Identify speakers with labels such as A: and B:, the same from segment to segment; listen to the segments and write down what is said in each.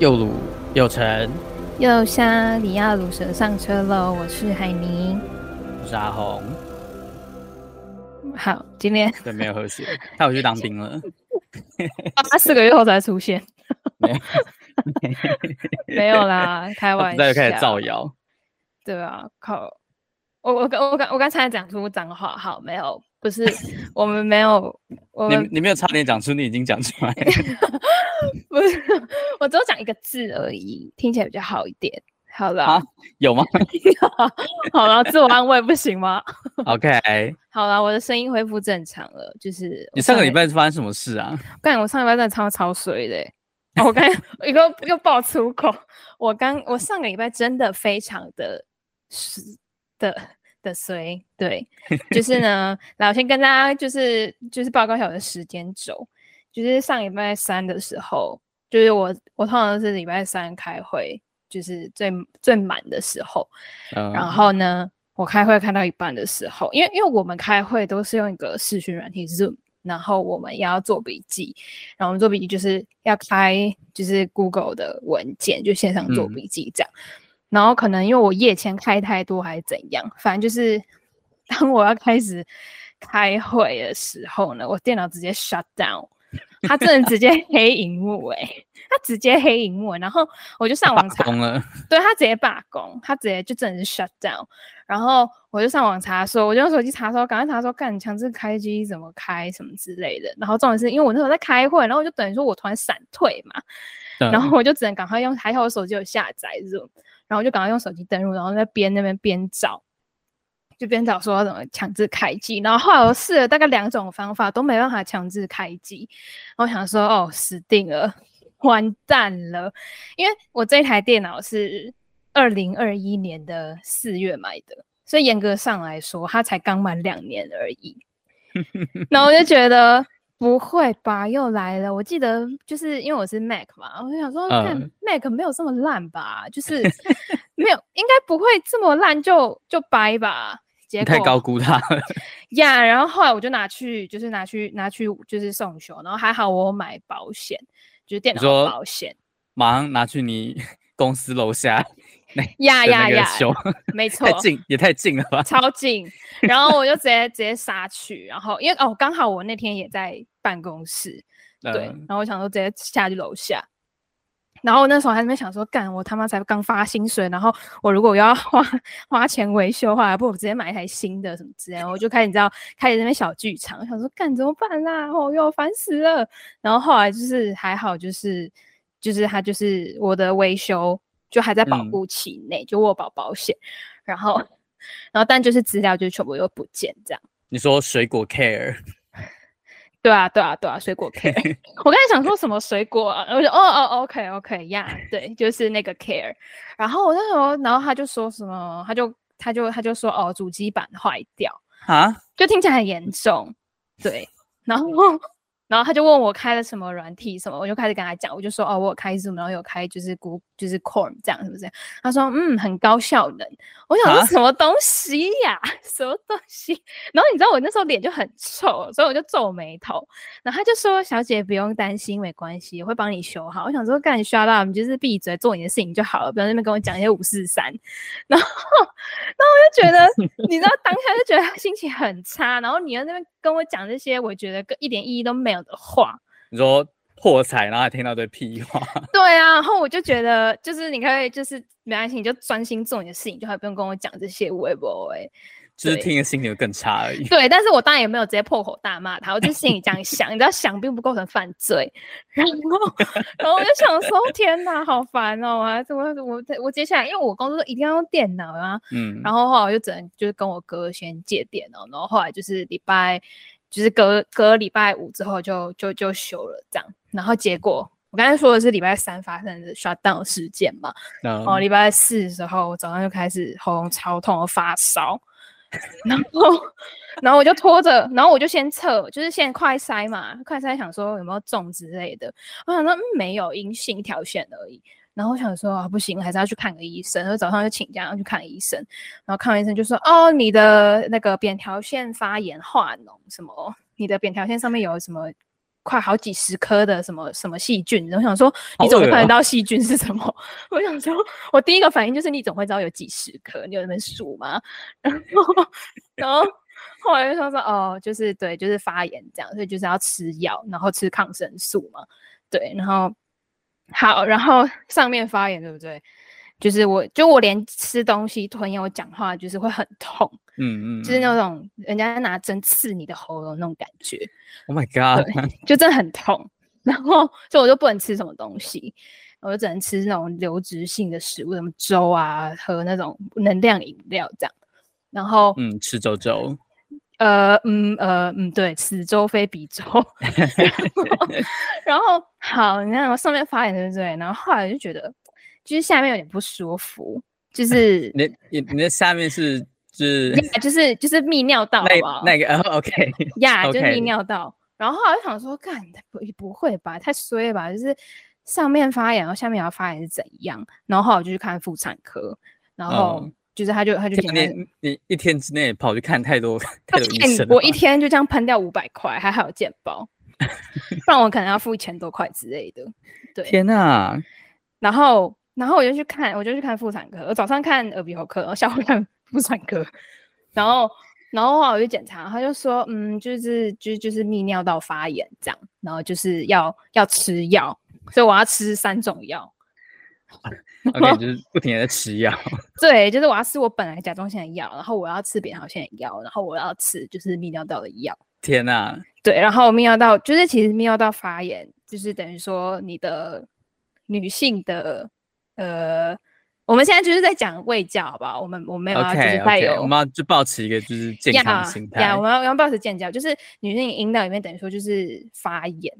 A: 又鲁又晨，
B: 右下里亚鲁蛇上车喽！我是海宁。
A: 我是阿红，
B: 好，今 天
A: 对，没有和谐，他有去当兵了，
B: 他啊四个月后才出现，
A: 没有，
B: 没有啦，开
A: 他
B: 玩
A: 不
B: 笑。
A: 在就开始造谣，
B: 对啊，靠！我我刚我刚我刚才讲出脏话，好，没有，不是我们没有，我
A: 你
B: 们
A: 你没有差点讲出，你已经讲出来 了，
B: 不是， 我只有讲一个字而已，听起来比较好一点。好
A: 啊
B: 了，
A: 有吗
B: 好了，自我安慰不行吗？
A: ？OK，
B: 好了，我的声音恢复正常了，就是
A: 你上个礼
B: 拜，
A: 拜是发生什么事啊？
B: 干，我上礼拜真的超超水的欸、我刚才又又爆粗口，我刚我上个礼拜真的非常的是的的衰，对，就是呢，来我先跟大家就是就是报告一下我的时间轴，就是上礼拜三的时候，就是我我通常都是礼拜三开会，就是最最满的时候，
A: 嗯
B: 然后呢，我开会开到一半的时候，因为因为我们开会都是用一个视讯软体 Zoom，然后我们也要做笔记，然后我们做笔记就是要开就是 Google 的文件，就线上做
A: 嗯
B: 笔记这样。然后可能因为我夜前开太多还是怎样，反正就是 当我要开始开会的时候呢，我电脑直接 shut down。它真的直接 黑荧幕哎、它直接黑荧幕，然后我就上网查，
A: 疯了，
B: 对他直接罢工，他直接就真的是 shut down。然后我就上网查说，我就用手机查说，赶快查说，干强制开机怎么开什么之类的。然后重点是因为我那时候在开会，然后我就等于说我突然闪退嘛，然
A: 嗯
B: 后我就只能赶快用，还好我手机有下载 Zoom，然后我就赶快用手机登录，然后在边那边边找，就边找说要怎么强制开机。然后后来我试了大概两种方法都没办法强制开机，然后我想说哦死定了，完蛋了，因为我这台电脑是二零二一年的四月买的，所以严格上来说，它才刚满两年而 已。然后我就觉得不会吧，又来了。我记得就是因为我是 Mac 嘛，我就想说，看、
A: 嗯
B: Mac 没有这么烂吧，就是 没有，应该不会这么烂就就掰吧。结
A: 你
B: 果
A: 太高估他了，
B: 呀然后后来我就拿去，就是拿去拿去就是送修，然后还好我有买保险，就是电
A: 你
B: 脑
A: 说
B: 的保险。
A: 马上拿去你公司楼 下
B: 呀
A: 的
B: 哎呀
A: 那个
B: 呀，
A: 修，
B: 没 错
A: 太，近也太近了吧？
B: 超近。然后我就直 接直接杀去，然后因为哦，刚好我那天也在办公室，对，
A: 嗯
B: 然后我想说直接下去楼下。然后我那时候还在那边想说，干我他妈才刚发薪水，然后我如果要花 花钱维修的话，还不如直接买一台新的什么之类的。我就开始你知道，开始那边小剧场，我想说干怎么办啦？哦哟，烦死了。然后后来就是还好，就是就是他就是我的维修就还在保
A: 嗯
B: 护期内，就我有保保险。然后 然后但就是资料就全部又不见这样。
A: 你说水果 care，
B: 对啊，对啊，对啊，水果 care。我刚才想说什么水果啊？我就哦哦，OK OK 呀、对，就是那个 care。然后我那时候，然后他就说什么，他就他就他就说哦，主机板坏掉，
A: 啊？
B: 就听起来很严重。对，然后 然后他就问我开了什么软体什么，我就开始跟他讲，我就说哦，我有开 Zoom，然后有开就是谷就是 Chrome 这样什么这样。他说嗯，很高效能。我想
A: 啊
B: 说什么东西呀、 什么东西？然后你知道我那时候脸就很臭，所以我就皱眉头。然后他就说：“小姐不用担心，没关系，我会帮你修好。”我想说，干你 shut up，你就是闭嘴做你的事情就好了，不要在那边跟我讲一些五四三。 然后，然后我就觉得，你知道当下就觉得心情很差，然后你在那边跟我讲这些我觉得跟一点意义都没有的话，
A: 你说破财，然后还听到堆屁话，
B: 对啊，然后我就觉得，就是你可以，就是没关系，你就专心做你的事情就好，不用跟我讲这些微博哎。
A: 就是
B: 对
A: 听的心情会更差而已。
B: 对，但是我当然也没有直接破口大骂他，我就心里这样想，你知道想并不构成犯罪，然后然后我就想说，天哪，好烦哦，我还怎么我我接下来因为我工作一定要用电脑啊，
A: 嗯，
B: 然后后来我就只能就是跟我哥先借电脑，然后后来就是礼拜就是隔隔礼拜五之后就就就休了这样，然后结果。我刚才说的是礼拜三发生的 shutdown 事件嘛，
A: 嗯
B: 哦，礼拜四的时候，我早上就开始喉咙超痛，我发烧， 然后，然后我就拖着，然后我就先测，就是先快筛嘛，快筛想说有没有中之类的，我想说、嗯、没有，阴性一条线而已。然后我想说啊，不行，还是要去看个医生。然后早上就请假然后去看医生，然后看完医生就说，哦，你哦的那个扁桃腺发炎化脓什么，你的扁桃腺上面有什么快好几十颗的什么什么细菌，我想说
A: 好
B: 你怎么
A: 恶
B: 看得
A: 哦
B: 到细菌是什么？ 我想说，我第一个反应就是你总会知道有几十颗，你有那边数吗？ 然后，然后后来就说说哦，就是对，就是发炎这样，所以就是要吃药，然后吃抗生素嘛，对，然后好，然后上面发炎对不对？就是我，就我连吃东西、吞咽、我讲话，就是会很痛，
A: 嗯嗯，
B: 就是
A: 嗯
B: 那种人家拿针刺你的喉咙那种感觉。
A: Oh my god，
B: 就真的很痛。然后，所以我就不能吃什么东西，我就只能吃那种流质性的食物，什么粥啊，喝那种能量饮料这样。然后，
A: 嗯，吃周周，
B: 呃，嗯，呃，嗯，对，此粥非彼 粥。 然后，好，你看我上面发炎对不对？然后后来就觉得，就是下面有点不舒服， 就是，
A: 你你你的下面是就是
B: 呀就是就是泌尿道好不好
A: 那那个哦 OK，
B: 呀就泌
A: OK
B: 尿道。然后后来就想说，干不不会吧，太衰了吧，就是上面发炎，然后下面也要发炎是怎样？然后后来我就去看妇产科，然后
A: 哦
B: 就是他就他 就
A: 天
B: 简
A: 啊
B: 单。
A: 你你一天之内跑去看太多 太多医
B: 骗
A: 生了吧，
B: 我一天就这样喷掉五百块，还好有健 保，不然我可能要付一千多块之类的。对，
A: 天呐，
B: 然后然后我就去看，我就去看妇产科，我早上看耳鼻喉科，然后下午看 妇产科，然后然后后来我就检查，他就说，嗯，就是就就是泌尿道发炎这样，然后就是要要吃药，所以我要吃三种药，
A: OK，就是不停的在吃药，
B: 对，就是我要吃我本来甲状腺的药，然后我要吃扁桃腺的药，然后我要吃就是泌尿道的药。
A: 天呐，
B: 对，然后泌尿道就是其实泌尿道发炎，就是等于说你的女性的呃，我们现在就是在讲卫教，好不好？我们我没有啊要就是
A: OK
B: 带
A: OK，
B: 有
A: 我们要就保持一个就是健康的心
B: 呀
A: 态
B: 我。们要我们要保持健教，就是女性阴道里面等于说就是发炎，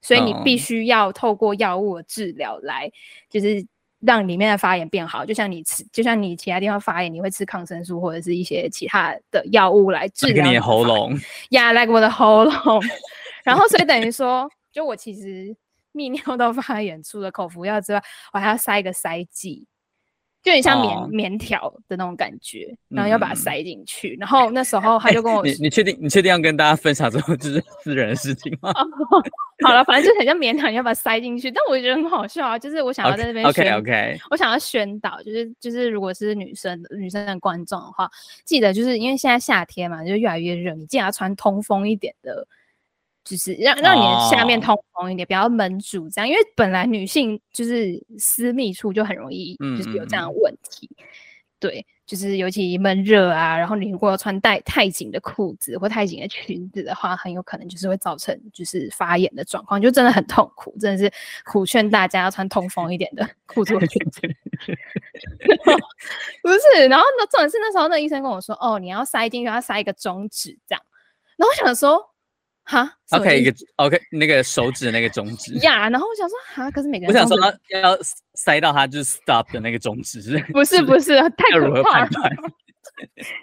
B: 所以你必
A: 哦
B: 须要透过药物的治疗来，就是让里面的发炎变好。就像你吃，就像你其他地方发炎，你会吃抗生素或者是一些其他的药物来治
A: 这
B: 疗
A: 啊个你的
B: 的
A: 喉
B: 发炎
A: 咙，
B: 压 like 我的喉咙，然后所以等于说，就我其实泌尿道发炎除了口服药之外，我还要塞一个塞剂，就很像棉、
A: 哦
B: 棉条的那种感觉，然后要把它
A: 嗯
B: 塞进去。然后那时候他就跟 我
A: 你
B: 说
A: 你确定你确定要跟大家分享这种 就是私人的事情吗
B: 哦好了，反正就很像棉条，你要把它塞进去。但我觉得很好笑啊，就是我想要在那边宣
A: ？OK OK，
B: 我想要宣导，就是就是，如果是女生女生的观众的话，记得就是因为现在夏天嘛，就越来越热，你记得要穿通风一点的，就是让让你的下面
A: 哦
B: 通风一点，不要闷住这样，因为本来女性就是私密处就很容易就是有这样的问题，对，就是尤其闷热啊，然后你如果穿带太紧的裤子或太紧的裙子的话，很有可能就是会造成就是发炎的状况，就真的很痛苦，真的是苦劝大家要穿通风一点的裤子或裙子。不是，然后呢，重点是那时候那医生跟我说，哦，你要塞进去，要塞一个中指这样，然后我想说，哈什么
A: OK
B: 意
A: 一个
B: 思
A: OK 那个手指的那个中指，
B: 呀，然后我想说，哈，可是每个人
A: 我想
B: 中
A: 说啊要
B: 指
A: 要塞到它就是 stop 的那个中指，是
B: 不是不是太
A: 要如何
B: 可
A: 判
B: 怕了。
A: 断？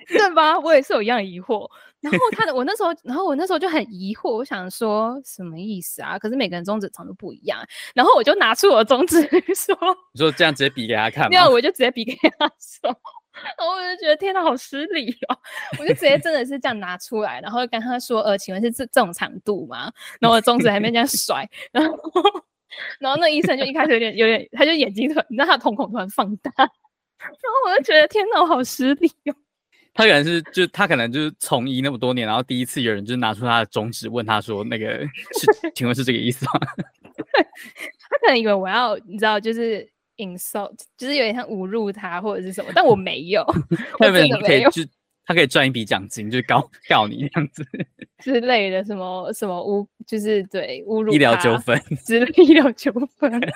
B: 对吧？我也是有一样疑惑。然后 他的我那时候，然后我那时候就很疑惑，我想说什么意思啊？可是每个人中指长度不一样，啊然后我就拿出我的中指 说，
A: 你说这样直接比给他看
B: 没有，
A: 吗？
B: 我就直接比给他说。然后我就觉得天哪，好失礼哦！我就直接真的是这样拿出来，然后跟他说：“呃，请问是这这种长度吗？”然后我的中指还没这样甩，然后然后那医生就一开始有点有点，他就眼睛突然，你知道他的瞳孔突然放大，然后我就觉得天哪，我好失礼哦。
A: 他可能是就他可能就是从医那么多年，然后第一次有人就是拿出他的中指问他说那个是请问是这个意思吗？
B: 他可能以为我要，你知道，就是 insult，就是有点像侮辱他或者是什么，但我没有，
A: 他
B: 我真
A: 们
B: 的
A: 可
B: 没
A: 以
B: 有
A: 就他可以赚一笔奖金，就是告告你这样子
B: 之类的什么什么污，就是对侮辱
A: 医疗
B: 他
A: 纠纷。
B: 之类医疗纠纷。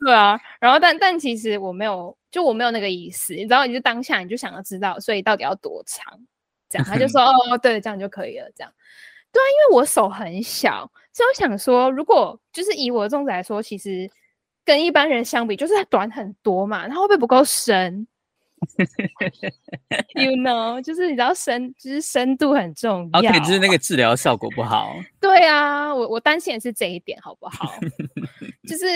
B: 对啊，然后但但其实我没有，就我没有那个意思，你知道，你就当下你就想要知道，所以到底要多长？这样 他就说哦，对，这样就可以了，这样。对啊，因为我手很小，所以我想说，如果就是以我的粽子来说，其实跟一般人相比，就是短很多嘛，它会不会不够深？You know，就是你知道深，就是深度很重要。
A: OK，就是那个治疗效果不好。
B: 对啊，我我担心的是这一点，好 不好？就是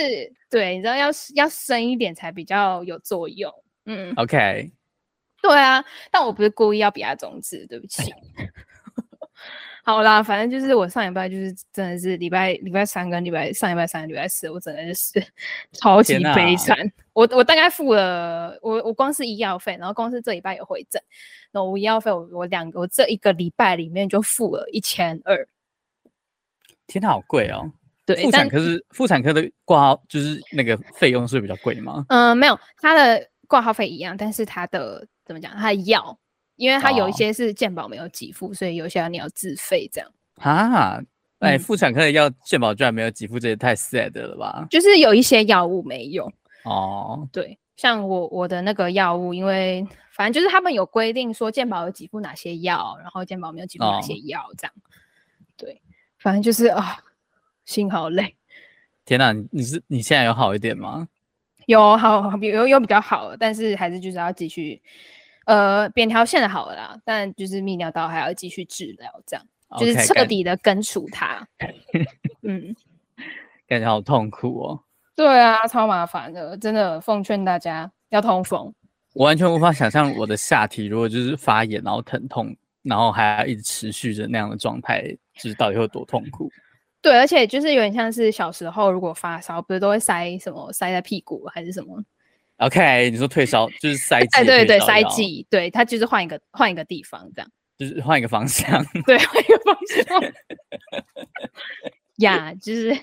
B: 对，你知道要是要深一点才比较有作用。嗯，
A: OK，
B: 对啊，但我不是故意要比他中指，对不起。 好啦，反正就是我上礼拜就是真的是礼拜礼拜三跟礼拜上礼拜三、礼拜四，我真的就是 超级
A: 天哪
B: 悲惨。我我大概付了我我光是医药费，然后光是这礼拜有回诊，那我医药费我我两个我这一个礼拜里面就付了一千二，
A: 天哪，好贵哦！
B: 对，
A: 妇
B: 但
A: 产科是妇产科的挂号，就是那个费用是比较贵吗？
B: 嗯、没有，它的挂号费一样，但是它的怎么讲，它的药，因为它有一
A: 哦
B: 些是健保没有给付，所以有些要你要自费这样。
A: 啊，哎，
B: 嗯
A: 妇产科的药健保居然没有给付，这也太 sad 了吧？
B: 就是有一些药物没有，
A: 哦，
B: 对，像我我的那个药物，因为反正就是他们有规定说健保有给付哪些药，然后健保没有给付哪些
A: 哦
B: 药这样，对，反正就是啊、心好累，
A: 天哪，你你是你现在有好一点吗？
B: 有好比有有比较好了，但是还是就是要继续，呃，扁桃腺的好了啦，但就是泌尿道还要继续治疗这样。就是
A: OK，
B: 彻
A: 感
B: 底的根 除它。嗯，
A: 感觉好痛苦哦。
B: 对啊，超麻烦的，真的奉劝大家要通风。
A: 我完全无法想象我的下体如果就是发炎，然后疼痛，然后还要一直持续着那样的状态，就是到底会有多痛苦？
B: 对，而且就是有点像是小时候如果发烧，不是都会塞什么塞在屁股还是什么？
A: OK，你说退烧就是塞剂，
B: 哎，对对，塞，剂，对，它就是换一个换一个地方 这样，
A: 就是换一个方向。
B: 对，换一个方向。呀，就是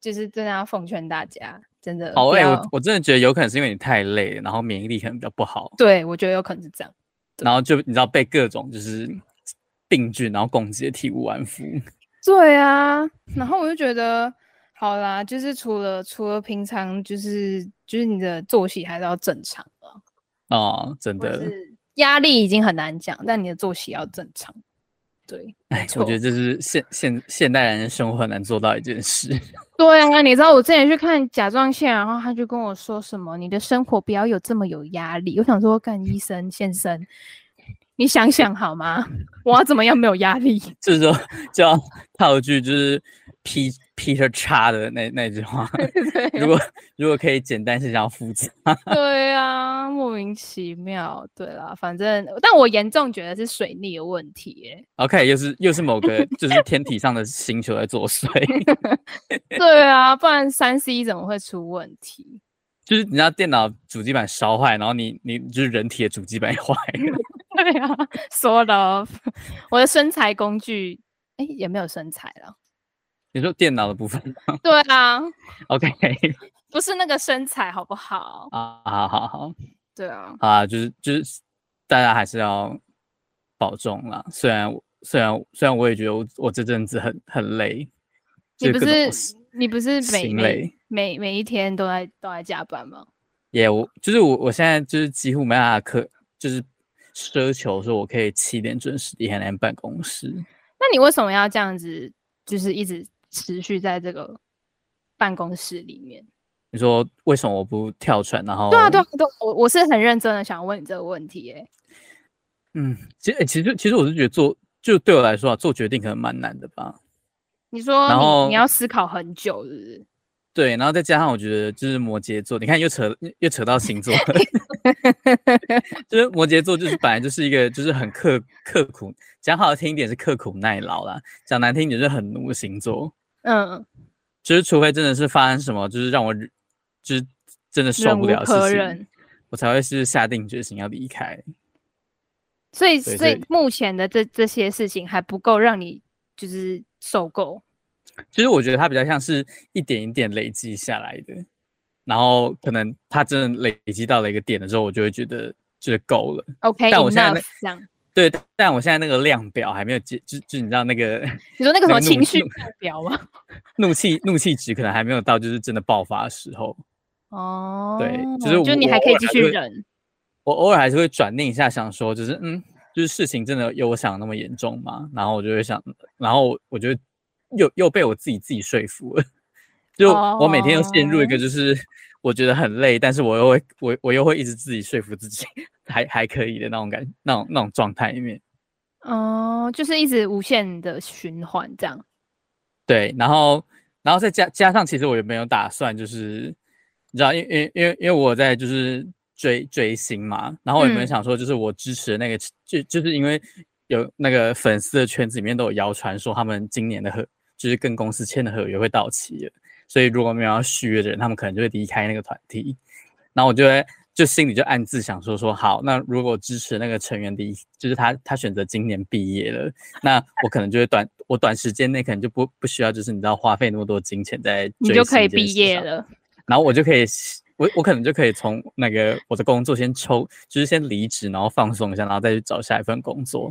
B: 就是真的要奉劝大家，真的
A: 好
B: 不
A: 哎、
B: 要
A: 我我真的觉得有可能是因为你太累了，然后免疫力可能比较不好，
B: 对我觉得有可能是这样。
A: 然后就你知道被各种就是病菌然后攻击的体无完肤。
B: 对啊，然后我就觉得，好啦，就是除了除了平常，就是就是你的作息还是要正常啊，
A: 哦，真
B: 或者
A: 的，
B: 是压力已经很难讲，但你的作息要正常。对，
A: 哎，
B: 错
A: 我觉得这是现现现代人生活很难做到一件事。
B: 对啊，你知道我之前去看甲状腺，然后他就跟我说什么，你的生活不要有这么有压力。我想说，干医生先生，你想想好吗？我要怎么样没有压力？
A: 这时候就要套一句就是 P Peter 叉的那那句话，
B: 对
A: 如果如果可以简单是想要复杂，
B: 对啊，莫名其妙。对啦，反正但我严重觉得是水逆的问题、耶。
A: OK，又是又是某 个就是天体上的星球在作祟，
B: 对啊，不然三 C 怎么会出问题？
A: 就是你知道电脑主机板烧坏，然后你你就是人体的主机板也坏了，
B: 对啊，sort of，我 的身材工具，哎、也没有身材了。
A: 你说电脑的部分
B: 对啊，
A: OK
B: 不是那个身材好不好？
A: 啊，好好好
B: 对啊，
A: 啊，就是就是大家还是要保重啦，虽然我虽然虽然我也觉得我我这阵子很很累，
B: 你
A: 就
B: 不
A: 各种
B: 是你不是每
A: 心
B: 每
A: 累
B: 每每一天都在都在加班吗？
A: 也我就是我，我现在就是几乎没办法可就是奢求说我可以七点准时离开那间办公室，
B: 那你为什么要这样子，就是一直持续在这个办公室里面？
A: 你说为什么我不跳船？然后
B: 对啊，对啊，对啊，我我是很认真的想问你这个问题、耶。
A: 嗯，其实、诶其实其实我是觉得做就对我来说啊，做决定可能蛮难的吧。
B: 你说
A: 然
B: 你
A: 后
B: 你要思考很久，是
A: 对，然后再加上我觉得就是摩羯座，你看又扯又扯到星座了， 就是摩羯座就是本来就是一个就是很刻刻苦，讲好听一点是刻苦耐劳啦，讲难听一点就是很奴的星座。
B: 不是？嗯，
A: 就是除非真的是发生什么，就是让我忍就是真的受
B: 忍
A: 不
B: 无
A: 了的
B: 可
A: 事
B: 忍
A: 情，。我才会是下定决心要离开。
B: 所以，
A: 对
B: 所以
A: 所以
B: 目前的这这些事情还不够让你就是受够。
A: 其实我觉得它比较像是一点一点累积下来的，然后可能它真的累积到了一个点的时候，我就会觉得就是够了。
B: OK，
A: 但我现在
B: enough
A: 那
B: 这样。
A: 对，但我现在那个量表还没有结，就就你知道那个
B: 你说那个什
A: 那
B: 么
A: 个
B: 情
A: 怒
B: 绪
A: 怒
B: 代表吗？
A: 怒气怒气值可能还没有到，就是真的爆发的时候。
B: 哦，
A: 对就是
B: 就
A: 我
B: 你
A: 我
B: 还可
A: 偶
B: 以
A: 尔
B: 继
A: 还
B: 续
A: 是会
B: 忍。
A: 我偶尔还是会转念一下，想说就是嗯，就是事情真的有我想的那么严重吗？然后我就会想，然后我就又又被我自己自己说服了，就我每天又陷入一个就是我觉得很累，但是我又会我我又会一直自己说服自己 还还可以的那种感那种那种状态里面。
B: 哦，就是一直无限的循环这样。
A: 对，然后然后再加加上，其实我也没有打算，就是你知道，因因因为因为我在就是追追星嘛，然后我也没有
B: 嗯
A: 想说，就是我支持的那个，就就是因为有那个粉丝的圈子里面都有谣传说，他们今年的合就是跟公司签的合约会到期了，所以如果没有要续约的人，他们可能就会离开那个团体。然后我就会就心里就暗自想说说好，那如果支持那个成员离，就是他他选择今年毕业了，那我可能就会短我短时间内可能就不不需要就是你知道花费那么多金钱在
B: 你
A: 追
B: 就
A: 星
B: 可以
A: 这件
B: 毕
A: 事
B: 业
A: 上，
B: 了。
A: 然后我就可以。我我可能就可以从那个我的工作先抽，就是先离职，然后放松一下，然后再去找下一份工作。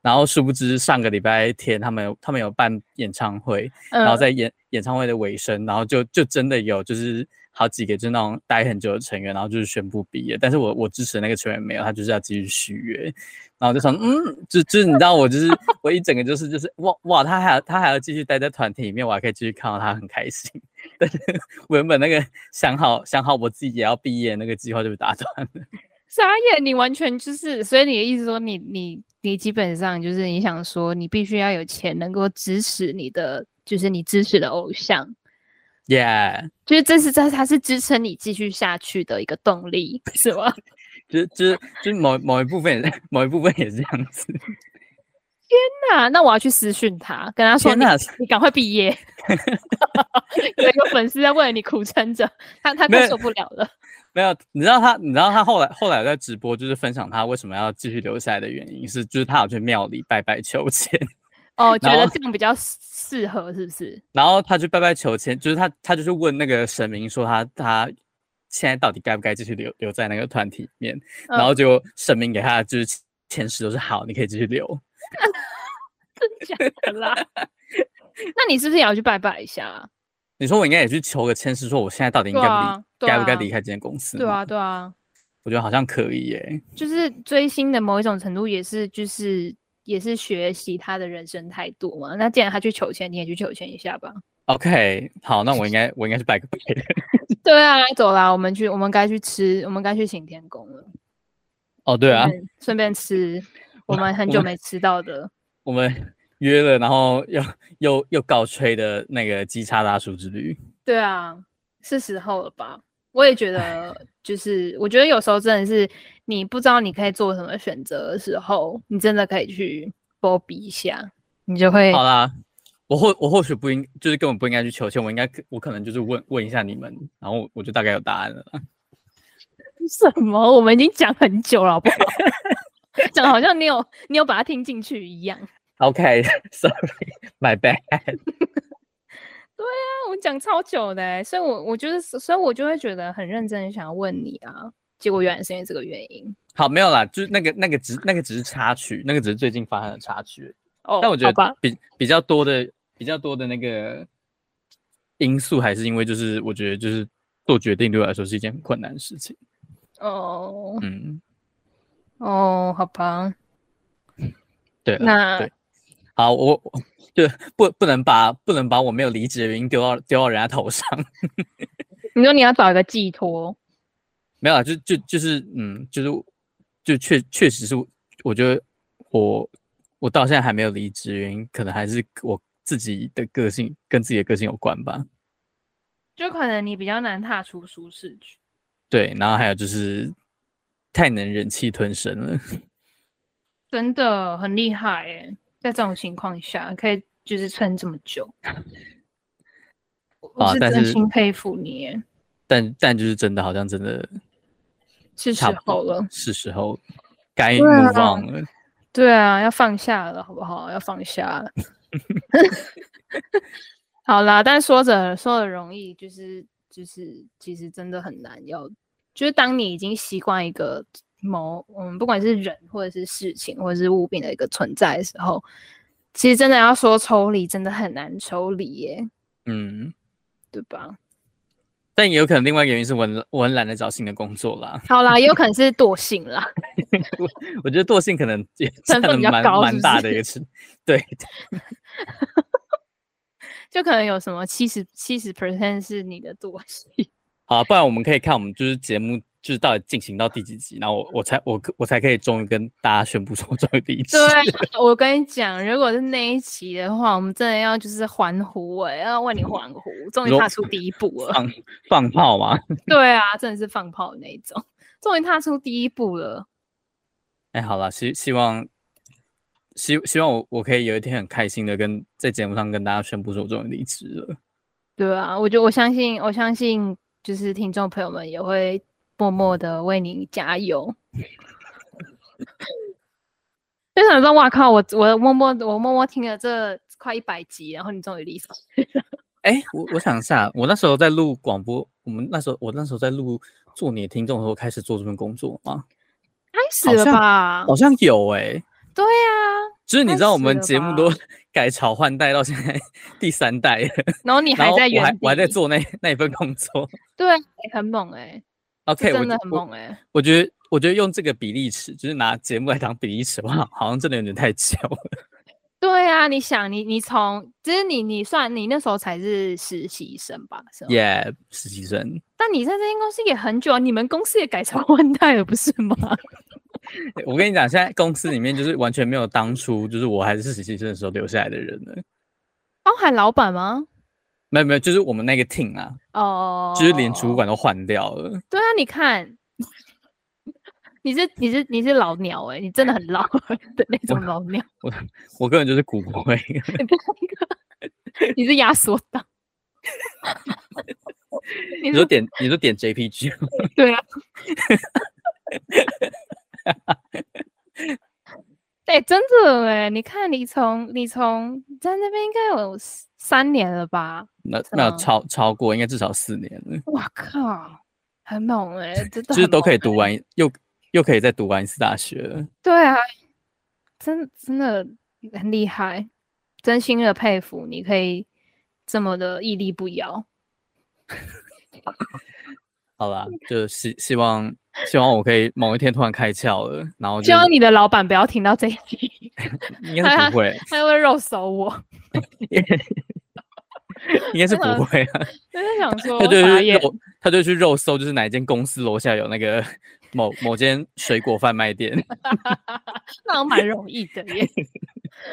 A: 然后殊不知上个礼拜天他们他们有办演唱会，
B: 嗯，
A: 然后在演演唱会的尾声，然后就就真的有就是好几个就是那种待很久的成员，然后就是宣布毕业。但是我我支持的那个成员没有，他就是要继续续约。然后就想，嗯，就就是你知道我就是 我一整个就是就是哇哇，他还要他还要继续待在团体里面，我还可以继续看到他很开心。 但是我原本那个想好想好我自己也要毕业的那个计划就被打断了。
B: 傻眼，你完全就是，所以你的意思说你，你你基本上就是你想说，你必须要有钱能够支持你的，就是你支持的偶像，
A: Yeah，
B: 就是这是这它是支撑你继续下去的一个动力，是吗？
A: 就是就是就是某某一部分也是某一部分也是这样子。
B: 啊那那我要去私讯他，跟他说
A: 天
B: 你
A: 哪
B: 你赶快毕业， 有一个粉丝在为了你苦撑着，他他
A: 没
B: 快
A: 有
B: 受不了了。
A: 没有，你知道他，你知道他后来后来有在直播，就是分享他为什么要继续留下来的原因是，就是他有去庙里拜拜求签，
B: 哦，觉
A: 然
B: 得
A: 后
B: 这样比较适合，是不是？
A: 然后他去拜拜求签，就是他他就是问那个神明说他他现在到底该不该继续留留在那个团体里面，
B: 嗯
A: 然后结果神明给他的就是签诗都是好，你可以继续留。
B: 真假的啦？那你是不是也要去拜拜一下啊？
A: 你说我应该也去求个签诗，说我现在到底应
B: 对
A: 该不离、
B: 啊，对
A: 该不该
B: 啊
A: 离开这间公司？
B: 对啊，，对啊，
A: 我觉得好像可以耶。
B: 就是追星的某一种程度也是，就是也是学习他的人生态度嘛。那既然他去求签，你也去求签一下吧。
A: OK，好，那我应该我应该去拜个拜。
B: 对啊，走啦，我们去，我们该去吃，我们该去行天宫了。
A: 哦，对啊，
B: 顺便，顺便吃 我
A: 哇
B: 们很
A: 我
B: 久
A: 们
B: 没吃到的。
A: 我们约了，然后又又又告吹的那个鸡叉大叔之旅。
B: 对啊，是时候了吧？我也觉得， 就是我觉得有时候真的是你不知道你可以做什么选择的时候，你真的可以去波比一下，你就会
A: 好啦，我或我或许不应，就是根本不应该去求签，我应该我可能就是问问一下你们，然后我就大概有答案了啦。
B: 什么？我们已经讲很久了，好不好？ 讲得好像你有你有把它听进去一样。啊，
A: OK，sorry，my、bad。
B: 我们讲超久的欸、所以我我就是，所以我就会觉得很认真的想要问你啊，结果原来是因为这个原因。
A: 好，没有啦，就是那个那个只那个只是插曲，那个只是最近发生的插曲。
B: 哦，
A: 但我觉
B: 好吧
A: 得，比比较多的比较多的那个因素，还是因为就是我觉得就是做决定对我来说是一件很困难的事情。
B: 哦
A: 嗯，
B: 哦，好吧，
A: 对啦。
B: 那
A: 对好，我我就不不能把不能把我没有离职的原因丢到丢到人家头上。
B: 你说你要找一个寄托，
A: 没有啊，就就就是嗯，就是就确确实是，我觉得我我到现在还没有离职，原因可能还是我自己的个性跟自己的个性有关吧。
B: 就可能你比较难踏出舒适区。
A: 对，然后还有就是太能忍气吞声了。
B: 真的很厉害哎、在这种情况下可以就是撑这么 久，我
A: 啊
B: 是
A: 但
B: 真
A: 是
B: 心佩服你、欸，
A: 但但就是真的，好像真的
B: 是时
A: 差不
B: 候
A: 多
B: 了。
A: 是时候该
B: 对啊
A: move on 了。
B: 对啊，要放下了，好不好？要放下了。 好啦，但说着说着容易，就是就是，其实真的很难要。就是当你已经习惯一个某嗯，不管是人或者是事情或者是物品的一个存在的时候，其实真的要说抽离，真的很难抽离耶，
A: 嗯，
B: 对吧？
A: 但也有可能另外一个原因是我很我很懒得找新的工作啦。
B: 好啦，也有可能是惰性啦，
A: 我觉得惰性可能也
B: 成
A: 占
B: 分
A: 了
B: 比较
A: 蛮
B: 高是
A: 蛮
B: 不
A: 大
B: 是
A: 的一个成，对，
B: 就可能有什么七十七十 percent 是你的惰性。
A: 好，不然我们可以看我们就是节目就是到底进行到第几集，然后我我才我可我才可以终于跟大家宣布说我终于离职。
B: 对，啊我跟你讲，如果是那一期的话，我们真的要就是欢呼哎、要为你欢呼，终于
A: 说
B: 踏出第一步了。
A: 放放炮嘛！
B: 对啊，真的是放炮的那一种，终于踏出第一步了。
A: 哎，好了，希希望希希望我我可以有一天很开心的跟在节目上跟大家宣布说我终于离职了。
B: 对啊，我觉得我相信，我相信就是听众朋友们也会默默的为你加油。就想说，哇靠！我我默默我默默听了这快一百集，然后你终于离职了。
A: 哎、我我想一下，我那时候在录广播，我们那时候我那时候在录做你的听众的时候开始做这份工作吗？
B: 开始了吧？
A: 好像有哎、
B: 对啊，
A: 就是你知道我们
B: 开始
A: 节
B: 了
A: 目
B: 吧
A: 都 改朝换代到现在 第三代了，
B: 然后你
A: 然
B: 还
A: 后
B: 在
A: 我
B: 原
A: 还
B: 地，
A: 我还在，做那那一份工作。
B: 对，很猛哎、
A: OK，我
B: 真的
A: 觉
B: 很
A: 我
B: 猛哎、
A: 我觉得，我觉得用这个比例尺，就是拿节目来当比例尺的话，好像真的有点太久了。
B: 对啊，你想，你你从，就是你你算你那时候才是实习生吧？是吗？
A: 耶、yeah,，实习生，
B: 但你在这间公司也很久，你们公司也改 朝换代了，不是吗？
A: 我跟你讲，现在公司里面就是完全没有当初就是我还是实习生的时候留下来的人了。
B: 包含老板吗？
A: 没有没有，就是我们那个 team 啊，
B: 哦，
A: 就是连主。管都换掉了。
B: 对啊，你看，你是你是你是老鸟哎、你真的很老的那种老鸟，
A: 我根本就是骨灰。
B: 你不是一个你是压缩 档。
A: 你
B: 你是
A: 说点，你说点 JPG，吗
B: 对啊。 哎、真的哎，你看你从你从你在那边应该有四三年了吧？
A: 那
B: 真的
A: 那
B: 吗
A: 超超过应该至少四年了，
B: 哇靠，很猛哎，真的
A: 就是
B: 很
A: 都可以
B: 猛
A: 读完，又又可以再读完一次大学了。
B: 对啊，真真的很厉害，真心的佩服，你可以这么的屹立不摇。
A: 好啦，就希希望希望我可以某一天突然开窍了，然后就
B: 希望你的老板不要听到这一集，
A: 应该是不会，
B: 他又会肉搜我。
A: 应该是
B: 真的
A: 不会啊。
B: 嗯我 就想说，
A: 他就
B: 傻
A: 是
B: 眼
A: 肉，他就去肉搜，就是哪一间公司楼下有那个某某间水果贩卖店。
B: 那我蛮容易的耶。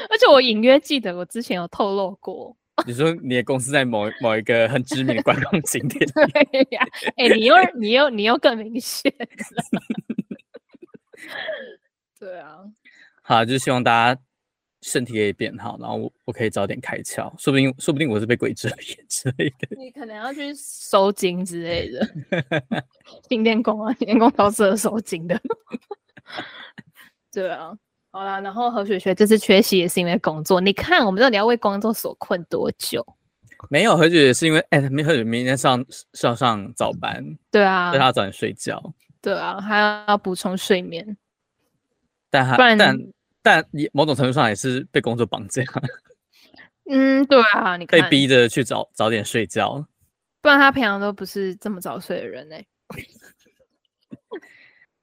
B: 而且我隐约记得我之前有透露过，，
A: 你说你的公司在某某一个很知名的观光景点
B: 对呀、哎、你又你又你又更明显了 对啊，
A: 好，就是希望大家身体可以变好，然后我我可以早点开窍，说不定说不定我是被鬼遮眼之类的。
B: 你可能要去收金之类的， 新电工啊，新电工都适合收金的。 对啊，好啦，然后何雪雪这次缺席也是因为工作，你看我们到底要为工作所困多久？
A: 没有何姐是因为哎，没何姐明天上是要上早班，
B: 对啊
A: 所以，她要早点睡觉。
B: 对啊，还要补充睡眠，
A: 但他
B: 不然
A: 但但也某种程度上也是被工作绑架，
B: 嗯，对啊，你
A: 被
B: 看，
A: 逼着去早早点睡觉。
B: 不然他平常都不是这么早睡的人呢、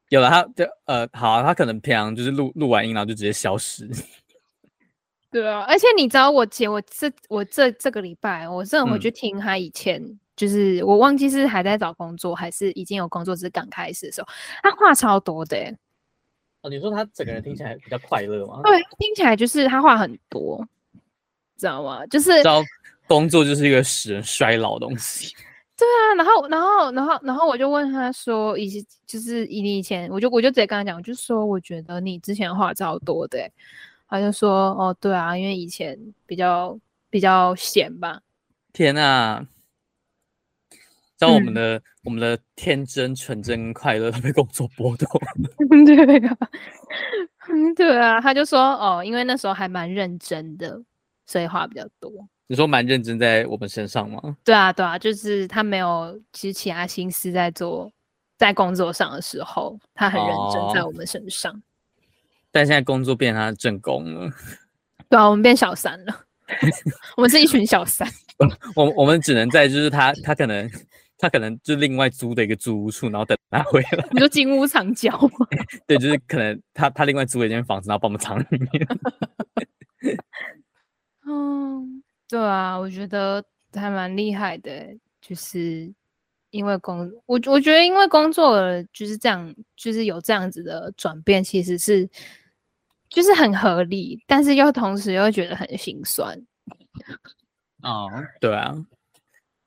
A: 有了他的呃，好啊、他可能平常就是录录完音然后就直接消失。
B: 对啊，而且你知道我姐，我这我这这个礼拜，我正回
A: 嗯
B: 去听她以前，就是我忘记是还在找工作，还是已经有工作，只是刚开始的时候，她话超多的欸、
A: 哦，你说他整个人听起来比较快乐吗？
B: 对，听起来就是她话很多，知道吗？就是
A: 知道工作就是一个使人衰老的东西。
B: 啊，然后，然后，然后，然后我就问他说，以前就是以你以前，我就我就直接跟他讲，我就说我觉得你之前话超多的欸，他就说哦，对啊，因为以前比较比较闲吧，
A: 天啊！知道我
B: 嗯
A: 们的、我们的天真、纯真、跟快乐都被工作剥夺了。
B: 对啊，嗯对啊，他就说哦，因为那时候还蛮认真的，所以话比较多。
A: 你说蛮认真在我们身上吗？
B: 对啊，对啊，就是他没有其实其他心思在做在工作上的时候，他很认真在
A: 哦
B: 我们身上。
A: 但现在工作变成他的正宫了，
B: 对啊，我们变小三了， 我们是一群小三。
A: 我我们只能在就是他他可能他可能就另外租的一个租屋处，然后等他回来。
B: 你说金屋藏 娇吗？
A: 对，就是可能他他另外租了一间房子，然后把我们藏里面。
B: 嗯，对啊，我觉得还蛮厉害的欸，就是因为工，我我觉得因为工作了就是这样，就是有这样子的转变，其实是就是很合理，但是又同时又觉得很心酸。
A: 哦， 对啊。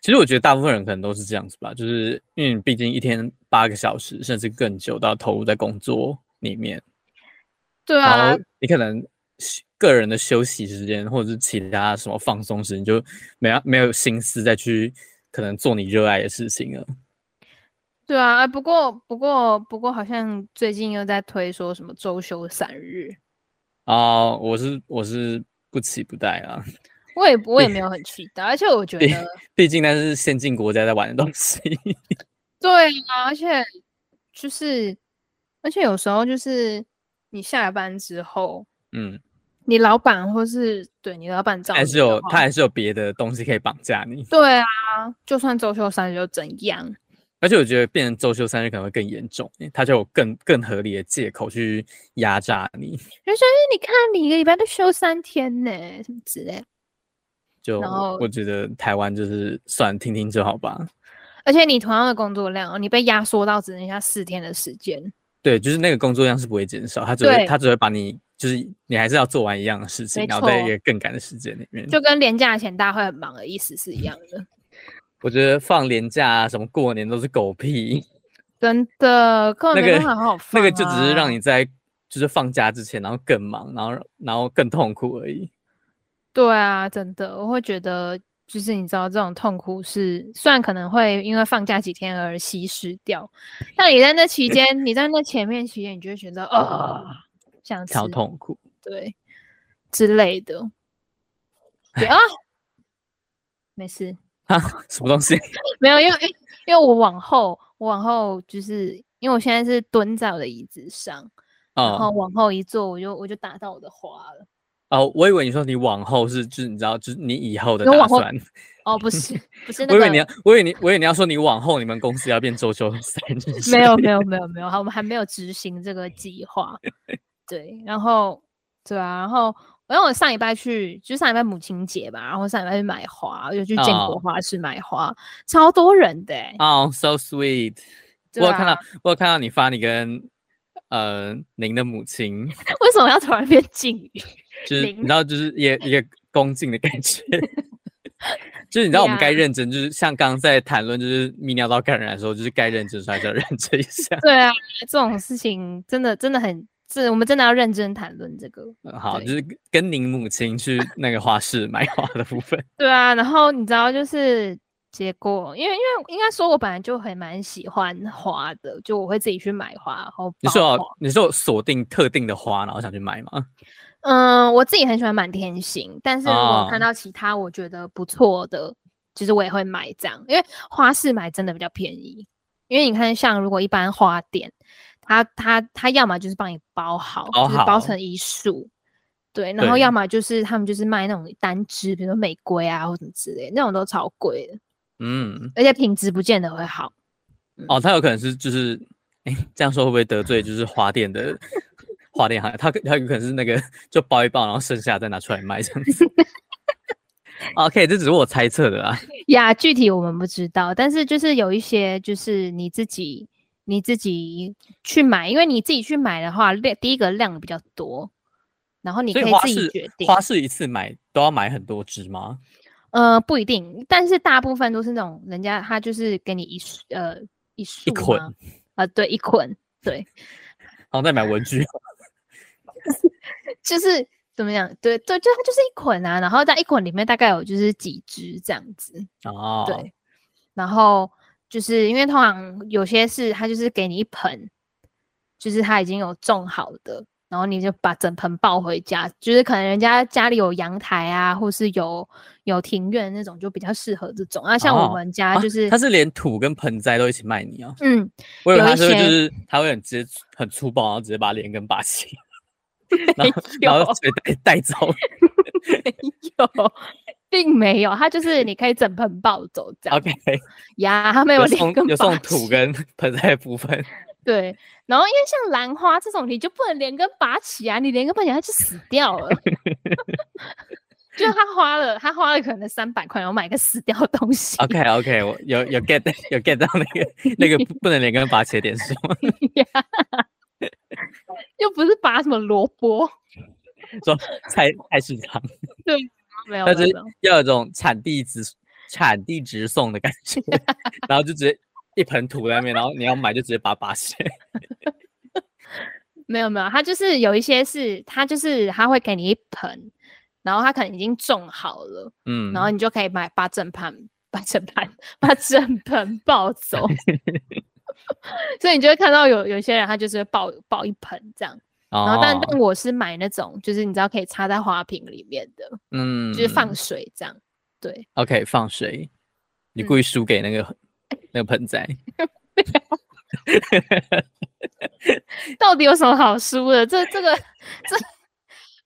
A: 其实我觉得大部分人可能都是这样子吧，就是因为你毕竟一天八个小时甚至更久都要投入在工作里面，
B: 对
A: 然
B: 啊
A: 后，你可能休个人的休息时间，或者是其他什么放松时间，就没没有心思再去可能做你热爱的事情了。
B: 对啊，不过不过不过，好像最近又在推说什么周休三日，
A: 啊、我是我是不期不待啊，
B: 我也我也没有很期待，而且我觉
A: 对
B: 得
A: 毕竟那是先进国家在玩的东西。
B: 对啊，而且就是而且有时候就是你下了班之后，
A: 嗯，
B: 你老板或是对你老板找
A: 还
B: 你
A: 是
B: 的
A: 有
B: 话
A: 他还是有别的东西可以绑架你，
B: 对啊，就算周休三日又怎样？
A: 而且我觉得变成周休三日可能会更严重，他就有更更合理的借口去压榨你，
B: 人说，哎，你看你一个礼拜都休三天呢，什么之类的。
A: 就
B: 然后
A: 我觉得台湾就是算听听就好吧。
B: 而且你同样的工作量，哦你被压缩到只剩下四天的时间。
A: 对，就是那个工作量是不会减少，他只会
B: 对
A: 他只会把你就是你还是要做完一样的事情，
B: 没
A: 然后在一
B: 错
A: 个更赶的时间里面。
B: 就跟廉价前大家会很忙的意思是一样的。
A: 我觉得放年假啊，什么过年都是狗屁，
B: 真的，根本
A: 那
B: 没
A: 个
B: 办法好好放、啊
A: 那个就只是让。你在就是放假之前，然后更忙，然后然后更痛苦而已。
B: 对啊，真的，我会觉得，就是你知道这种痛苦是，虽然可能会因为放假几天而稀释掉，但你在那期间，你在那前面期间，你就会觉得，哦，想吃
A: 超痛苦。
B: 对之类的。对啊，没事，
A: 啊，什么东西？
B: 没有，因为因为因为我往后，我往后就是因为我现在是蹲在我的椅子上，然后
A: 哦
B: 往后一坐，我就我就打到我的花了。
A: 哦，我以为你说你往后是，就是你知道，就是你以后的
B: 有
A: 打
B: 往后
A: 算。
B: 哦，不是不是
A: 我
B: 那
A: 以
B: 个
A: 为你，要，我以为你，我以为你要说你往后你们公司要变周休三日。
B: 没有没有没有没有，好，我们还没有执行这个
A: 哎
B: 计划。对，然后对啊，然后。然后我上礼拜去，就是上礼拜母亲节吧，然后上礼拜去买花，我就去建国
A: 哦
B: 花市买花，超多人的、欸。
A: 哦、s o sweet。
B: 对
A: 我有看
B: 啊
A: 到，我有看到你发你跟呃您的母亲，
B: 为什么要突然变禁语？
A: 就是你
B: 您
A: 知道，就是一个一个恭敬的感 觉。就是你知道我们该
B: 呀
A: 认真，就是像刚刚在谈论就是泌尿道感染的时候，就是该认真的时候还是要认真一下。
B: 对啊，这种事情真的真的很，这我们真的要认真谈论这个。
A: 嗯好，
B: 对
A: 就是跟您母亲去那个花市买花的部分。
B: 对啊，然后你知道就是结果，因为因为应该说，我本来就还蛮喜欢花的，就我会自己去买花，然后
A: 你
B: 包
A: 是有
B: 花
A: 你是有锁定特定的花，然后想去买吗？
B: 嗯，我自己很喜欢满天星，但是如果看
A: 哦
B: 到其他我觉得不错的，其实我也会买这样，因为花市买真的比较便宜。因为你看，像如果一般花店，它它它要么就是帮你包好，
A: 包
B: 就是
A: 好
B: 包成一束，对，然后要
A: 对
B: 么就是他们就是卖那种单支，比如说玫瑰啊或什么之类，那种都超贵的，
A: 嗯，
B: 而且品质不见得会好。
A: 哦，他有可能是就是，哎、这样说会不会得罪就是花店的花店行业？他他有可能是那个就包一包，然后剩下再拿出来卖这样 子。OK，这只是我猜测的啦。
B: 呀，具体我们不知道，但是就是有一些就是你自己你自己去买，因为你自己去买的话，量第一个量比较多，然后你
A: 所
B: 可
A: 以
B: 以
A: 花
B: 自己
A: 市
B: 决定。
A: 花市一次买都要买很多只吗？
B: 呃，不一定，但是大部分都是那种人家他就是给你一束呃一束
A: 捆
B: 吗呃，对，一捆，对，
A: 然后再买文 具。
B: 就是怎么讲？对对，就它就是一捆啊，然后在一捆里面大概有就是几只这样子，
A: 哦，
B: 对，然后就是因为通常有些是它就是给你一盆，就是它已经有种好的，然后你就把整盆抱回家，就是可能人家家里有阳台啊，或是有有庭院那种，就比较适合这种。啊，像
A: 哦
B: 我们家
A: 啊
B: 就是，
A: 他是连土跟盆栽都一起卖你哦。
B: 嗯，
A: 我以为
B: 有
A: 他
B: 一
A: 是会就
B: 些
A: 是他会很直接很粗暴，然后直接把连根拔 起，然后
B: 没
A: 然后
B: 有
A: 直接带带 走。
B: 没有，并没有，它就是你可以整盆抱走这样
A: OK，
B: 呀，它没
A: 有
B: 连
A: 送
B: 根
A: 有
B: 拔
A: 送土
B: 起
A: 跟盆栽的部 分。
B: 对，然后因为像兰花这种，你就不能连根拔起啊，你连根拔起来它就死掉了。就是他花了，他花了可能三百块，然后买个死掉的东西
A: OK OK，我有有 get 到有 get 到那个那个不不能连根拔起的点是吗？
B: 呀，又不是拔什么萝卜，
A: 说 菜菜市场
B: 没有
A: 那
B: 没有
A: 是
B: 没有
A: 要有种产地直产地直送的感 觉，然后就直接一盆土在那边，然后你要买就直接把它拔起来。
B: 没有没有，它就是有一些是它就是它会给你一盆，然后它可能已经种好了，
A: 嗯，
B: 然后你就可以买把整盘把整盘把整盆抱 走，所以你就会看到有有些人他就是会抱抱一盆这样，然
A: 然
B: 后但、但我是买那种就是你知道可以插在花瓶里面的，
A: 嗯，
B: 就是放水这样，对，
A: OK 放水，你
B: 嗯
A: 故意输给那个、 那个盆栽，
B: 到底有什么好输的？这这个这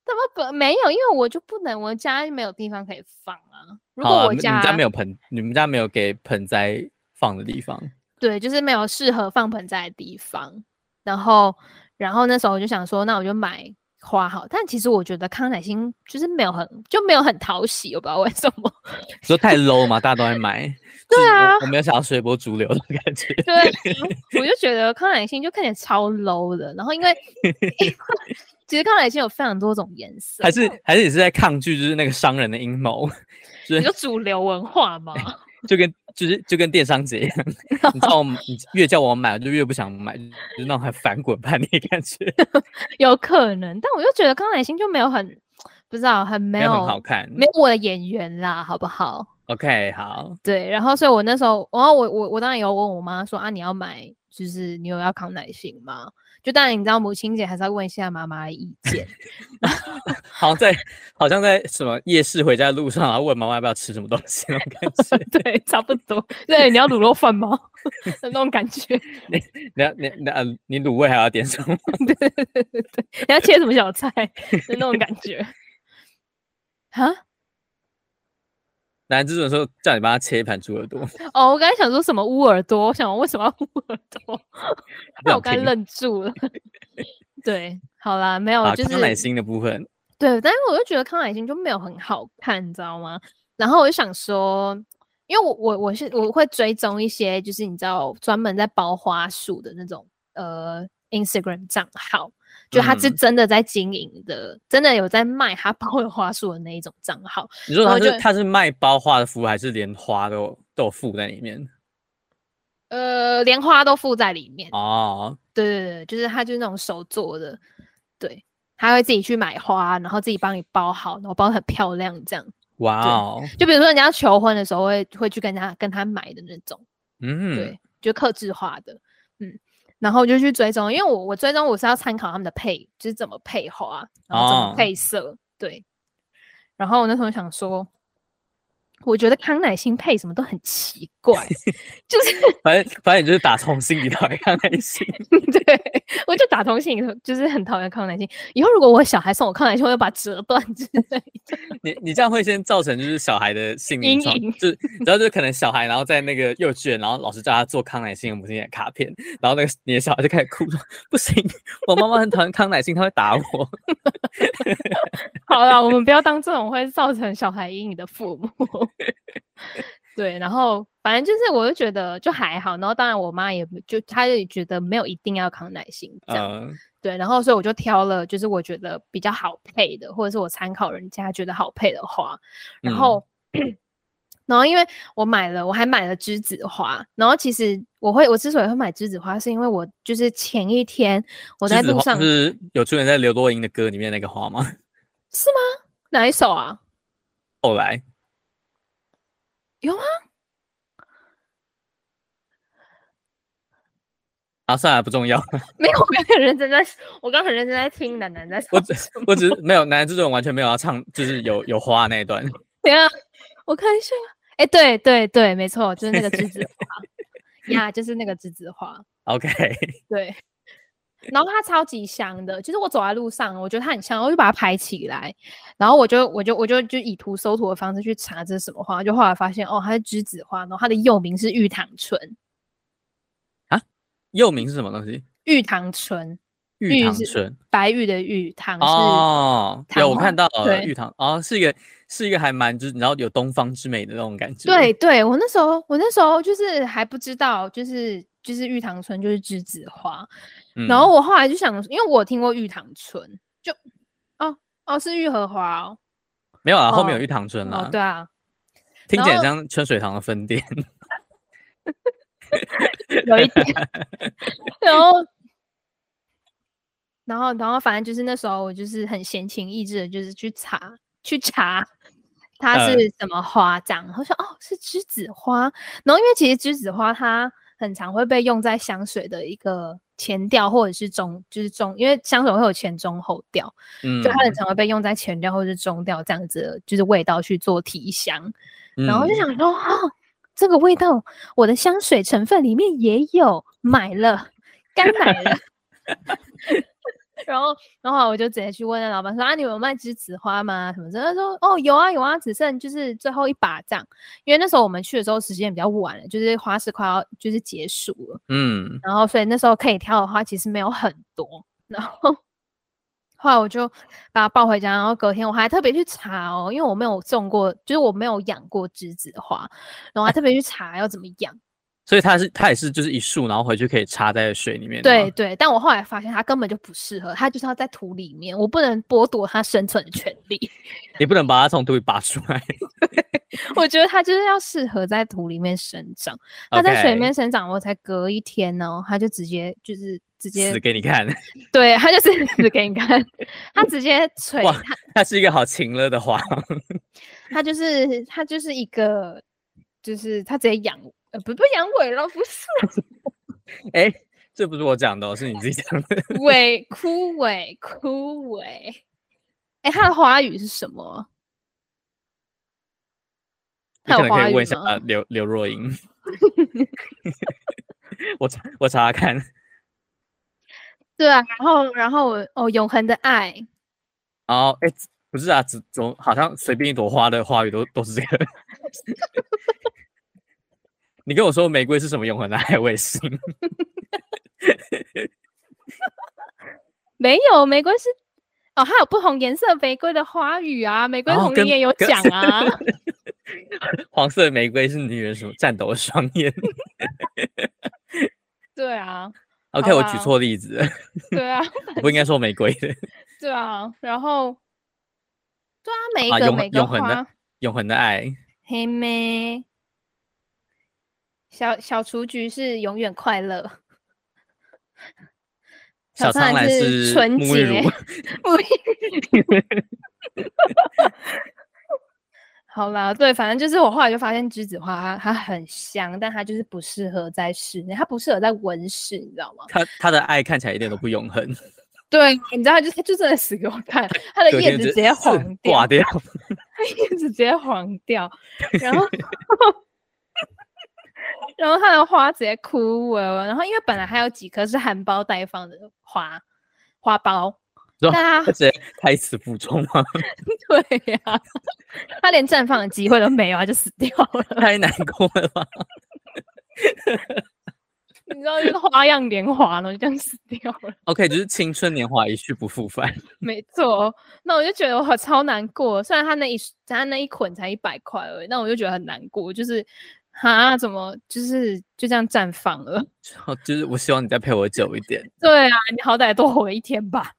B: 他妈本没有，因为我就不能，我家没有地方可以放啊。如
A: 好
B: 果
A: 啊
B: 我
A: 你
B: 家,、
A: 们家没有盆，你们家没有给盆栽放的地方，
B: 对，就是没有适合放盆栽的地方，然后然后那时候我就想说，那我就买花好。但其实我觉得康乃馨就是没有很就没有很讨喜，我不知道为什么。
A: 你说太 low 嘛，大家都在买，
B: 对
A: 就是我
B: 啊
A: 我没有想要随波逐流的感 觉，
B: 对啊，我就觉得康乃馨就看起来超 low 的。然后 因为因为其实康乃馨有非常多种颜色，
A: 还是还是你是在抗拒就是那个商人的阴谋，就
B: 你
A: 是
B: 说主流文化 嘛？
A: 就跟就是就跟电商节一样，你叫我 你越叫我买，我就越不想买，就是那种很反滚叛逆的感觉，
B: 有可能，但我又觉得康乃馨就没有很不知道很 没
A: 没
B: 有
A: 有很好看。
B: 没有我的眼缘啦，好不好？
A: OK，好，
B: 对，然后所以我那时候，然后我我我当然有问我妈说啊，你要买就是你有要康乃馨吗？就当然你知道母亲节还是要问一下妈妈的意见，。
A: 好像在好像在什么夜市回家的路上，然后问妈妈要不要吃什么东西那种感觉
B: 对，差不多。 对，你要卤肉饭吗？ 那种感觉，
A: 你要你你呃，你卤味还要点什么？
B: 对对对对对，你要切什么小菜的那种感 觉。啊，
A: 男之准说叫你帮他切一盘猪耳朵，
B: 哦，我刚才想说什么乌耳朵，我想为什么要乌耳 朵？
A: 不
B: 那
A: 想
B: 我刚才
A: 听
B: 愣住了。 对，好啦，没有，
A: 啊，
B: 哦就是
A: 康乃馨的部分，
B: 对，但是我就觉得康乃馨就没有很好看，你知道吗？然后我就想说，因为我我我是我会追踪一些就是你知道专门在包花束的那种呃 Instagram 账号，就他是
A: 嗯
B: 真的在经营的，真的有在卖他包的花束的那一种账号。
A: 你说
B: 然
A: 他
B: 后
A: 是
B: 哦就
A: 他是卖包花的服务，还是连花都有都有附在里面？
B: 呃，连花都附在里面，
A: 哦，
B: 对对对，就是他就是那种手做的，对，他会自己去买花，然后自己帮你包好，然后包得很漂亮这样。
A: 哇
B: 对
A: 哦，
B: 就比如说人家求婚的时候会会去跟他跟他买的那种，对，
A: 嗯，
B: 就克制化的，嗯，然后我就去追踪，因为我我追踪我是要参考他们的配，就是怎么配花，然后怎
A: 哦
B: 么配色，对。然后我那时候想说，我觉得康乃馨配什么都很奇 怪，就是
A: 反正反正你就是打从心里讨厌康乃馨，啊
B: 对，我就打同性，就是很讨厌康乃馨。以后如果我小孩送我康乃馨，我就把它折断之类的。
A: 你你这样会先造成就是小孩的心灵
B: 阴
A: 创
B: 影
A: 就是然后就是可能小孩然后在那个幼稚园，然后老师叫他做康乃馨的母亲节卡片，然后那个你的小孩就开始哭说不行，我妈妈很讨厌康乃馨，她会打我。
B: 好了，我们不要当这种会造成小孩阴影的父母。 对，然后反正就是，我就觉得就还好。然后当然，我妈也不就她也觉得没有一定要康乃馨 这样。
A: 嗯，
B: 对，然后所以我就挑了，就是我觉得比较好配的，或者是我参考人家觉得好配的花，然
A: 嗯
B: 后。然后，因为我买了，我还买了栀子花。然后，其实我会，我之所以会买栀子花，是因为我就是前一天我在
A: 栀子
B: 路
A: 花
B: 上
A: 是有出现在刘若英的歌里面那个花吗？
B: 哪一首啊？
A: 后来
B: 有吗？
A: 啊，算了，不重要。
B: 没有，我刚很认真在，我刚很认真在听楠楠在
A: 我
B: 唱
A: 只
B: 什么。
A: 我只是没有男之准完全没有要唱，就是有有花那一段。
B: 等一下，啊我看一下。哎，对对对，没错，就是那个栀子花 呀，就是那个栀子花。
A: OK，
B: 对，然后它超级香的，就是我走在路上，我觉得它很香，我就把它拍起来，然后我就我就我就就以图搜图的方式去查这是什么花，就后来发现哦，它是栀子花，然后它的幼名是玉堂春，
A: 又名是什么东西？
B: 玉堂春，
A: 玉
B: 玉
A: 堂
B: 是
A: 春
B: 白玉的玉，堂是、
A: 哦，有我
B: 糖
A: 看到了
B: 对
A: 玉堂哦，是一个是一个还蛮就是你知道有东方之美的那种感觉。
B: 对，对，我那时候我那时候就是还不知道，就是就是玉堂春就是栀子花，
A: 嗯
B: 然后我后来就想，因为我有听过玉堂春，就哦哦是玉荷花哦，
A: 没有啊，后面有
B: 哦
A: 玉堂春
B: 哦
A: 啦，
B: 对啊，
A: 听起来
B: 然后
A: 像春水堂的分店。
B: 有一点。然后，然后然后反正就是那时候我就是很闲情逸致的，就是去查去查它是什么花这样，然后说哦是栀子花，然后因为其实栀子花它很常会被用在香水的一个前调或者是中，就是中，因为香水会有前中后调，
A: 嗯，
B: 就它很常会被用在前调或者是中调这样子的，就是味道去做提香。然后 就
A: 嗯
B: 想说，哦，这个味道，我的香水成分里面也有，买了，该买了。 然后，然后我就直接去问那老板说：“啊，你们有卖栀子花吗？什么之类的？”他说：“哦，有啊，有啊，只剩就是最后一把这样。”因为那时候我们去的时候时间比较晚了，就是花市快要就是结束了，
A: 嗯
B: 然后所以那时候可以挑的花其实没有很多。然后后来我就把它抱回家，然后隔天我还特别去查哦，因为我没有种过，就是我没有养过栀子花，然后我还特别去查要怎么 养。
A: 所以它是它也是就是一束，然后回去可以插在水里面的
B: 对
A: 吗。
B: 对，但我后来发现它根本就不适合，它就是要在土里面，我不能剥夺它生存的权 利。
A: 你不能把它从土里拔出来。
B: 我觉得它就是要适合在土里面生长， 它在水里
A: OK，
B: 面生长，我才隔一天呢、它就直接就是直接
A: 死给你看，
B: 对，它就是死给你看， 它直接垂
A: 哇
B: 它
A: 它是一个好晴了的花。
B: 它就是它就是一个，就是它直接养，呃，不不养尾了，不 是
A: 哎，这不是我讲的、哦，是你自己讲的。
B: 尾枯萎枯萎。哎、它的花语是什么？
A: 你
B: 它
A: 可
B: 有
A: 能
B: 花
A: 可以
B: 语
A: 问一下
B: 吗？
A: 刘刘若 英。我查我查查看，
B: 对啊，然后然后我哦，永恒的爱，
A: 然后哎，不是啊，只总好像随便一朵花的花语都都是这个。 你跟我说玫瑰是什么永恒的爱，我也信。
B: 没有玫瑰是哦，它有不同颜色玫瑰的花语啊，玫瑰
A: 哦
B: 红
A: 跟
B: 你也有
A: 跟
B: 讲 啊，
A: 黄色玫瑰是女人什么颤抖的双眼。
B: 对啊，
A: OK，我
B: 好
A: 举
B: 吧
A: 错例 子了，
B: 对啊，
A: 我不应该说玫瑰的。
B: 对啊，然后对啊，每一
A: 啊
B: 个
A: 永
B: 每
A: 恒
B: 个
A: 永恒
B: 花
A: 的。永恒的爱，
B: 黑妹，小小雏菊是永远快乐，
A: 小苍兰
B: 是纯
A: 沐浴
B: 洁，
A: 乳。
B: 沐浴乳好啦，对，反正就是我后来就发现栀子花它它很香，但它就是不适合在室内，它不适合在温室，你知道吗？
A: 他他的爱看起来一点都不永恒，
B: 对，你知道，就是它就真的死给我看，它的
A: 隔
B: 叶
A: 天
B: 子
A: 就
B: 直接
A: 是
B: 黄 掉，
A: 挂掉。
B: 叶子直接黄掉，然后 然后它的花直接枯萎了，然后因为本来还有几颗是含苞待放的花花苞，
A: 说
B: 但
A: 他直接胎死腹中吗？
B: 它 对呀、它连绽放的机会都没有，它就死掉了。
A: 太难过了吧？
B: 你知道，就是花样年华，然后就这样死掉了。
A: OK，就是青春年华一去不复返。
B: 没错，哦那我就觉得我超难过。虽然他那一他那一捆才一百块而已，那我就觉得很难过，就是哈，怎么就是就这样绽放了。
A: 好就是我希望你再陪我久一点。
B: 对啊，你好歹多活一 天吧。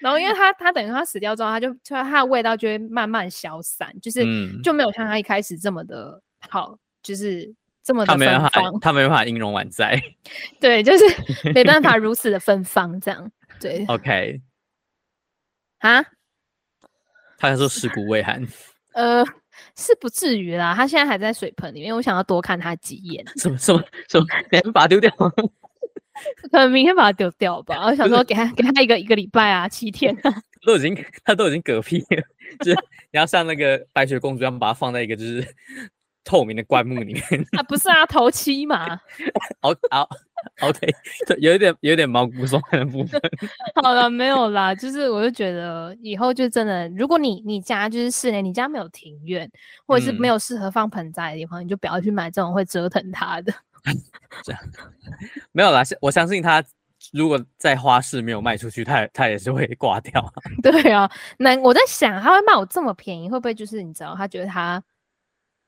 B: 然后，因为它它等于它死掉之后，它就就它的味道就会慢慢消散，就是、
A: 嗯，
B: 就没有像它一开始这么的好，就是这么的
A: 他没
B: 芬
A: 办法
B: 芳，。
A: 他没办法音容宛 在。
B: 对，就是 没 办法如此的芬芳这样。对
A: OK，
B: 啊，
A: 他说尸骨未寒，
B: 呃，是不至于啦，它现在还在水盆里面，我想要多看它几眼，
A: 什么什么什么，你还不把它丢掉吗？
B: 可能明天把它丢掉吧。我想
A: 不
B: 说
A: 是
B: 给它给它一个一个礼拜啊，七天啊。
A: 都已经他都已经嗝屁了，就是你要像那个白雪公主一样，把它放在一个就是透明的棺木里面。
B: 啊，不是啊，头七嘛。
A: 好好 OK，这 有一点有一点毛骨悚然的部分。
B: 好了，没有啦，就是我就觉得以后就真的，如果你你家就是室内，你家没有庭院，或者是
A: 嗯
B: 没有适合放盆栽的地方，你就不要去买这种会折腾它的。
A: 没有啦，我相信他如果在花市没有卖出去，他他也是会挂掉。
B: 对啊，那我在想，他会卖我这么便宜，会不会就是你知道，他觉得他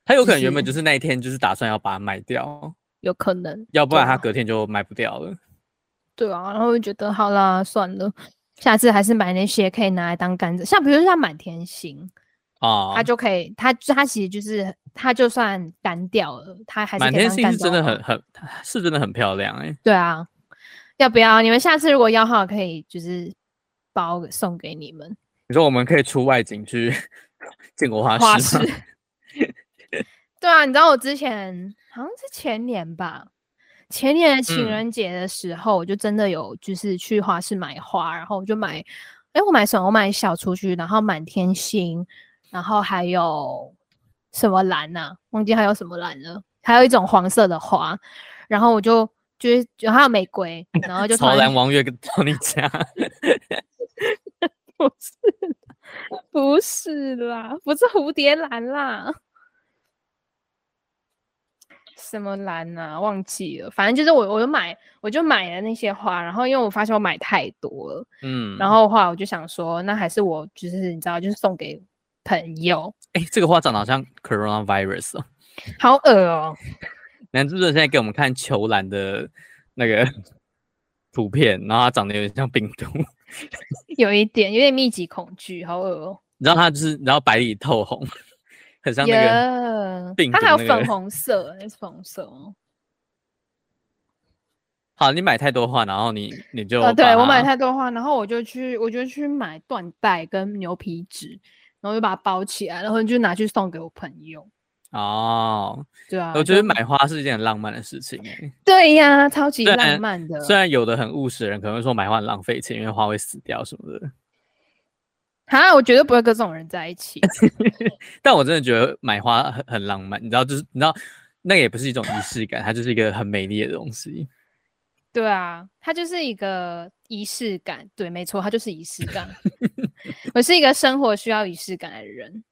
A: 他有
B: 就
A: 可能原本
B: 是
A: 就是那一天就是打算要把它卖掉，
B: 有可能？
A: 要不
B: 对
A: 然他
B: 啊
A: 隔天就卖不掉了。
B: 对啊，然后就觉得好啦，算了，下次还是买那些可以拿来当杆子，像比如像满天星，
A: 啊、
B: 它就可以，它它其实就是它就算干掉了，它还是
A: 满
B: 可以
A: 天
B: 当
A: 星
B: 干
A: 是真
B: 掉
A: 的
B: 花
A: 很很是真的很漂亮哎、
B: 对啊，要不要？你们下次如果要的话，可以就是包送给你们
A: 你说我们可以出外景去 建国花
B: 花
A: 市
B: 式
A: 吗？。
B: 对啊，你知道我之前好像是前年吧，前年的情
A: 嗯
B: 人节的时候，我就真的有就是去花市买花，然后我就买，哎，我买什么？我买小雏菊，然后满天星，然后还有什么兰呐、忘记还有什么兰了，还有一种黄色的花，然后我就就是就还有玫瑰，然后就
A: 潮
B: 穿
A: 南王月 到你家，
B: 不是啦，不是啦，不是蝴蝶兰啦，什么兰啊？忘记了，反正就是我，我就买，我就买了那些花，然后因为我发现我买太多了，
A: 嗯，
B: 然后的话我就想说，那还是我就是你知道，就是送给朋友，
A: 哎、这个花长得好像 coronavirus 哦。
B: 好恶哦、
A: 男主角现在给我们看球兰的那个图片，然后它长得有点像病毒，
B: 有一点有点密集恐惧，好恶哦、
A: 你知道它就是，然后白里透红，很像那个。
B: 耶
A: 病
B: 它
A: 毒
B: 还有
A: 那
B: 粉
A: 个
B: 红色，那是粉红色哦。
A: 好，你买太多花，然后你你就
B: 呃，对我
A: 把
B: 买
A: 它
B: 太多花，然后我就去，我就去买缎带跟牛皮纸，然后就把它包起来，然后就拿去送给我朋友。
A: 哦，
B: 对啊，
A: 我觉
B: 就
A: 得买花是一件很浪漫的事情、欸。
B: 对呀、超级
A: 虽
B: 浪
A: 然
B: 漫的。
A: 虽然有的很务实的人可能会说买花很浪费钱，因为花会死掉什么的，
B: 啊，我绝对不会跟这种人在一起。
A: 但我真的觉得买花很很浪漫，你知道，就是你知道，那个也不是一种仪式感，它就是一个很美丽的东西。
B: 对啊，它就是一个仪式感。对，没错，它就是仪式感。 我是一个生活需要仪式感的人，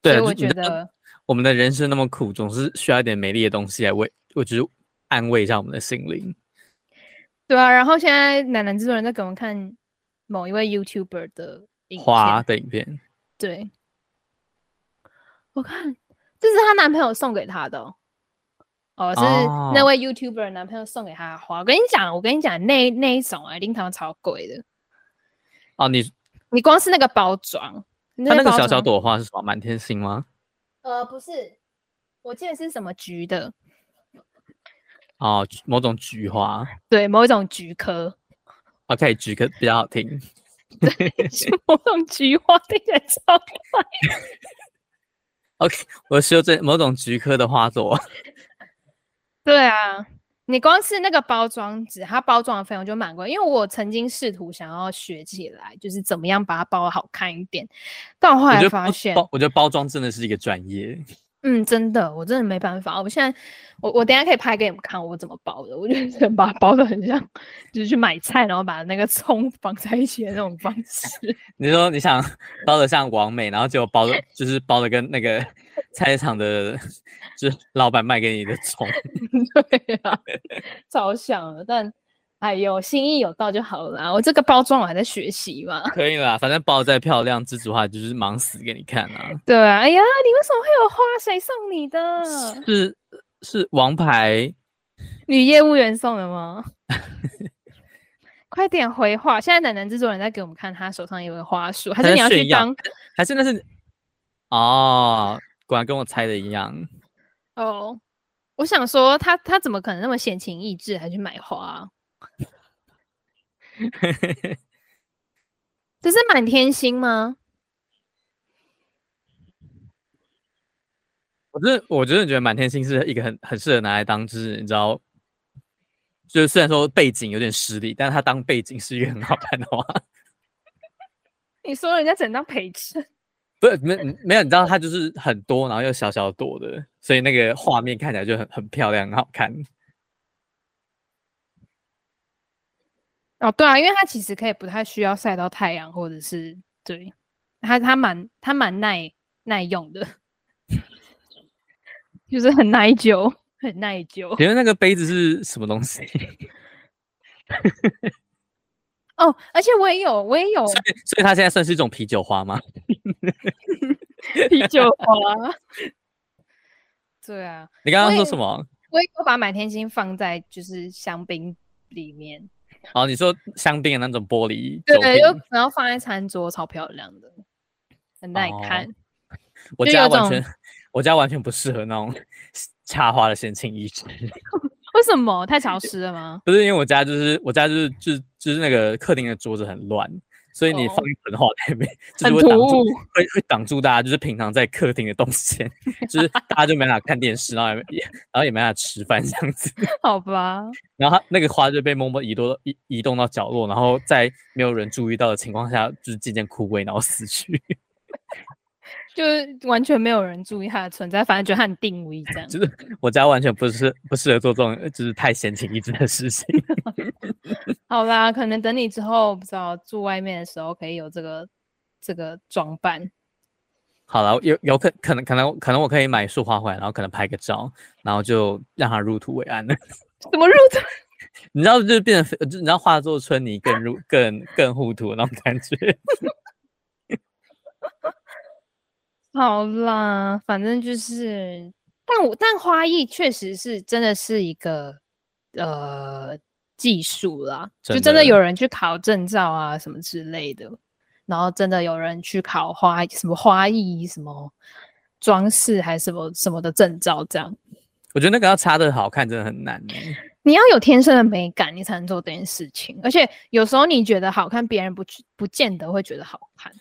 A: 对
B: 所
A: 啊，
B: 以我
A: 就你
B: 觉
A: 知道
B: 得
A: 我们的人生那么苦，总是需要一点美丽的东西来慰，我只是安慰一下我们的心灵。
B: 对啊。然后现在奶奶制作人在给我们看某一位 YouTuber 的影片
A: 花的影片，
B: 对，我看这是她男朋友送给她的哦，哦，是那
A: 哦
B: 位 YouTuber 男朋友送给她的花。我跟你讲，我跟你讲，那那一种啊，灵堂超贵的，
A: 哦，你
B: 你光是那个包装，
A: 它那个
B: 包
A: 小小
B: 装，
A: 朵花是什么？满天星吗？
B: 呃，不是，我记得是什么菊的，
A: 哦，某种菊花
B: 对，某一种菊科，
A: ，OK，菊可比较好听。
B: 是 某种菊花，听起来超贵
A: OK，我修正某种菊科的花朵。
B: 对啊。你光是那个包装纸，它包装的费用就蛮贵，因为我曾经试图想要学起来，就是怎么样把它包的好看一点，但我后
A: 我觉
B: 来
A: 得
B: 发
A: 包
B: 现，
A: 包，我觉得包装真的是一个专业。
B: 嗯，真的，我真的没办法。我现在，我我等一下可以拍给你们看我怎么包的。我就是 把它包的很像，就是去买菜，然后把那个葱 绑在一起的那种方式。
A: 你说你想包的像王美，然后结果包的就是包的跟那个菜市场的，就是老板卖给你的 葱。
B: 对啊，超像的。但哎呦，心意有到就好了啦。我这个包装我还在学习嘛。
A: 可以啦，反正包的再漂亮，栀子花就是忙死给你看啊。
B: 对啊，哎呀，你为什么会有花？谁送你的？
A: 是是王牌，
B: 女业务员送 的吗？快点回话！现在奶奶制作人在给我们看他手上有个花束，还
A: 他
B: 是
A: 在
B: 你要去
A: 炫耀
B: 当
A: 还真的是哦，果然跟我猜的一样。
B: 哦，我想说他他怎么可能那么闲情逸致还去买花 啊？这是满天星吗？
A: 我真的我真的觉得满天星是一个很很适合拿来当，就是你知道，就是虽然说背景有点失礼，但是它当背景是一个很好看的花。
B: 你说人家整张陪衬，
A: 不是没没有，你知道它就是很多，然后又小小朵的，所以那个画面看起来就很很漂亮，很好看。
B: 哦，对啊，因为它其实可以不太需要晒到太阳，或者是对它它蛮它蛮耐耐用的， 就是很耐久，很耐久。
A: 请问那个杯子是什么东西？
B: 哦，而且我也有我也有
A: 所以它现在算是一种啤酒花吗？
B: 啤酒花， 对啊，
A: 你刚刚
B: 我
A: 说
B: 也
A: 什么？
B: 我也有把满天星放在就是香槟里面，
A: 哦，你说香槟的那种玻璃酒
B: 对，就
A: 瓶，
B: 然后放在餐桌，超漂亮的，很耐
A: 哦
B: 看。
A: 我
B: 就
A: 家
B: 有
A: 完
B: 种
A: 全我家完全不适合那种插花的闲情逸致。
B: 为什么太潮湿了吗？
A: 不是因为我家就是我家就是就是就是那个客厅的桌子很乱，所以你
B: 哦
A: 放一盆花在那 边，就是会
B: 很
A: 挡
B: 突
A: 住
B: 兀
A: 会会挡住大家就是平常在客厅的动线，就是大家就没办法看电视，然后也也然后也没办法吃饭这样子。
B: 好吧，
A: 然后它那个花就被默默移动移移动到角落，然后在没有人注意到的情况下，就是渐渐枯萎，然后死去。
B: 就是完全没有人注意它的存在，反正觉得它很定位这样。
A: 就是我家完全不是不适合做这种就是太闲情逸致的事情。
B: 好啦，可能等你之后不知道住外面的时候可以有这个这个装扮。
A: 好了，有有可可能可能可能我可以买束花回来，然后可能拍个照，然后就让它入土为安 了。
B: 怎么入住？
A: 你知道，就是变成就你知道化作春泥更入更更护土的那种感觉。
B: 好啦，反正就是，但我但花艺确实是真的是一个呃技术啦，就
A: 真
B: 真的
A: 的
B: 有人去考证照啊什么之类的，然后真的有人去考花什么花艺什么装饰还是什么什么的证照，这样
A: 我觉得那个要插的好看真的很难、欸。
B: 你要有天生的美感，你才能做这件事情。而且有时候你觉得好看，别人不去不见得会觉得好看，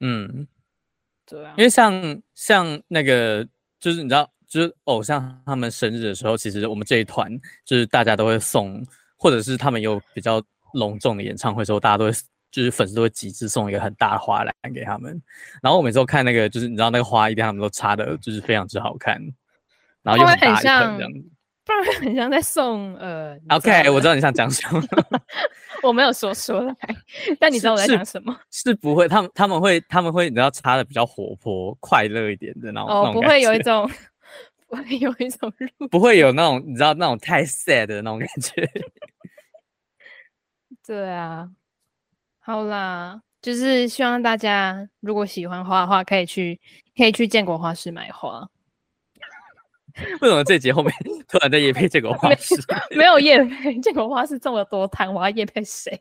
A: 嗯，
B: 对啊
A: 因，为像像那个，就是你知道，就是偶像他们生日的时候，其实我们这一团就是大家都会送，或者是他们有比较隆重的演唱会的时候，大家都会就是粉丝都会集资送一个很大的花篮给他们。然后我每次都看那个，就是你知道那个花一定他们都插的，就是非常之好看，然后又
B: 会
A: 很
B: 很
A: 大一盆
B: 像
A: 这样子。
B: 不然会很像在送呃你知道
A: OK，我知道你想讲什么。
B: 啊我没有说说来，但你知
A: 是
B: 道我在
A: 是
B: 讲什么
A: 是不会，他们他们会他们会，你知道插的比较活泼、快乐一点的那种，那
B: 哦，
A: 种
B: 不
A: 感
B: 会有一
A: 觉
B: 种，不会有一种入，
A: 不会有那种你知道那种太 sad 的那种感觉。
B: 对啊，好啦，就是希望大家如果喜欢花的话，可以去可以去建国花市买花，
A: 为什么这节后面突然在夜配这个话题？
B: 没有叶 配，建国花市这么多摊，我要叶配谁？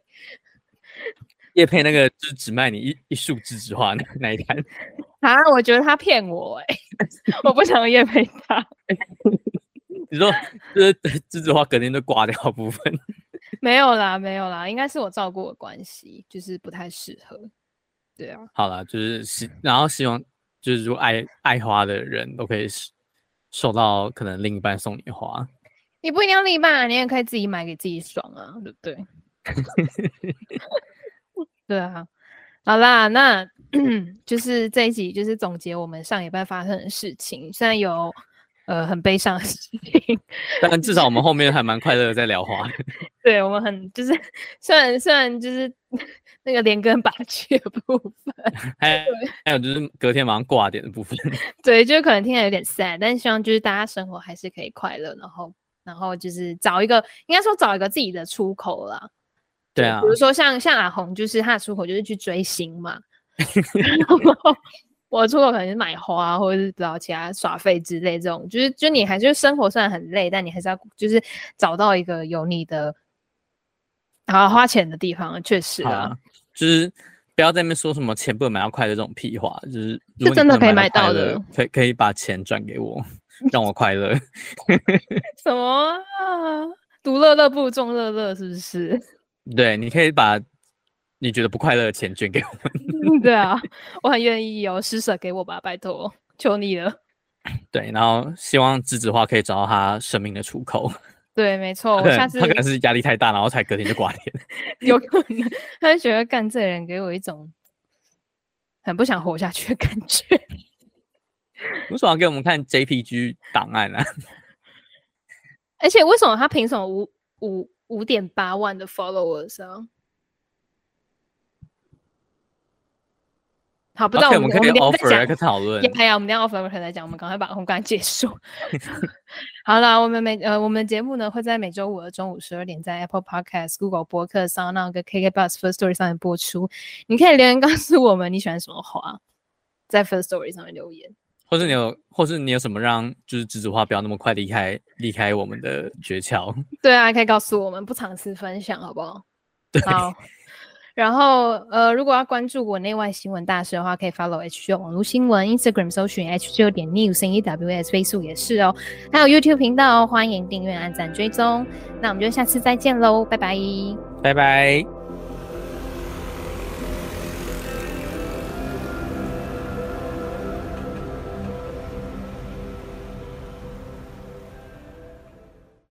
A: 夜配那个就是只卖你一一束栀子花那那一摊，
B: 啊，我觉得他骗我哎、 我不想叶配他，
A: 你说就是栀子花隔天就挂掉的部分。
B: 没有啦，没有啦，应该是我照顾的关系，就是不太适合，对啊。
A: 好了，就是希然后希望就是如果爱爱花的人都可以收收到可能另一半送你花。
B: 你不一定要另一半啊，你也可以自己买给自己爽啊，对不对？ 对啊，好啦，那 就是这一集就是总结我们上礼拜发生的事情，虽然有呃很悲伤的事情，
A: 但至少我们后面还蛮快乐的在聊花。
B: 对我们很就是 虽然虽然就是 那个连根拔 起的部分，
A: 还还有就是隔天马上挂点的部分，
B: 对，就可能听起来有点 sad，但希望就是大家生活还是可以快乐，然后然后就是找一个应该说找一个自己的出口啦，
A: 对啊
B: 比，如说像像阿红，就是她的出口就是去追星 嘛，然后我的出口可能是买花或者是不知道其他耍废之类这种，就是就你还是生活虽然很累，但你还是要就是找到一个有你的好花钱的地方，确实
A: 好
B: 啊
A: 啦，就是不要在那边说什么钱不能买到快乐这种屁话，就是如
B: 是
A: 果你
B: 真的
A: 不能
B: 可以买
A: 快
B: 到
A: 乐
B: 的
A: 可以可以把钱转给我，让我快乐。
B: 什么啊，独乐乐不如众乐乐，是不是？
A: 对，你可以把你觉得不快乐的钱捐给我们。
B: 对啊，我很愿意哦，施舍给我吧，拜托，求你了。
A: 对，然后希望栀子花可以找到她生命的出口。
B: 对，没
A: 她
B: 错，哦我
A: 可
B: 下
A: 能
B: 次
A: 她可能是压力太大，然后才隔天就挂电。
B: 有可能，他就觉得干这人给我一种很不想活下去的感觉。
A: 为什么要给我们看 JPG 档案啊？
B: 而且为什么他凭什么五五五点八万的 followers 啊？好，不知道
A: OK，
B: 我
A: 啊我
B: 们
A: 们可以
B: 等一下再
A: offer
B: 讲
A: 来个讨论
B: 也。还有我们等一下 offer 可能再讲，我们赶快把红干结束。 好了，我们每呃我们的节目呢会在每周五的中午十二点在 Apple Podcast、Google 播客、上那个 KK Bus、First Story 上面播出。你可以留言告诉我们你喜欢什么花，在 First Story 上面留言。
A: 或是你有，或是你有什么让就是栀子花不要那么快离开离开我们的诀窍？
B: 对啊，可以告诉我们，不尝试分享好不好？好。然后呃，如果要关注国内外新闻大事的话，可以 follow H 九网络新闻，Instagram 搜寻 H 九点 news n e w s Facebook 也是哦，还有 YouTube 频道哦，欢迎订阅、按赞、追踪。那我们就下次再见喽，拜拜，
A: 拜拜。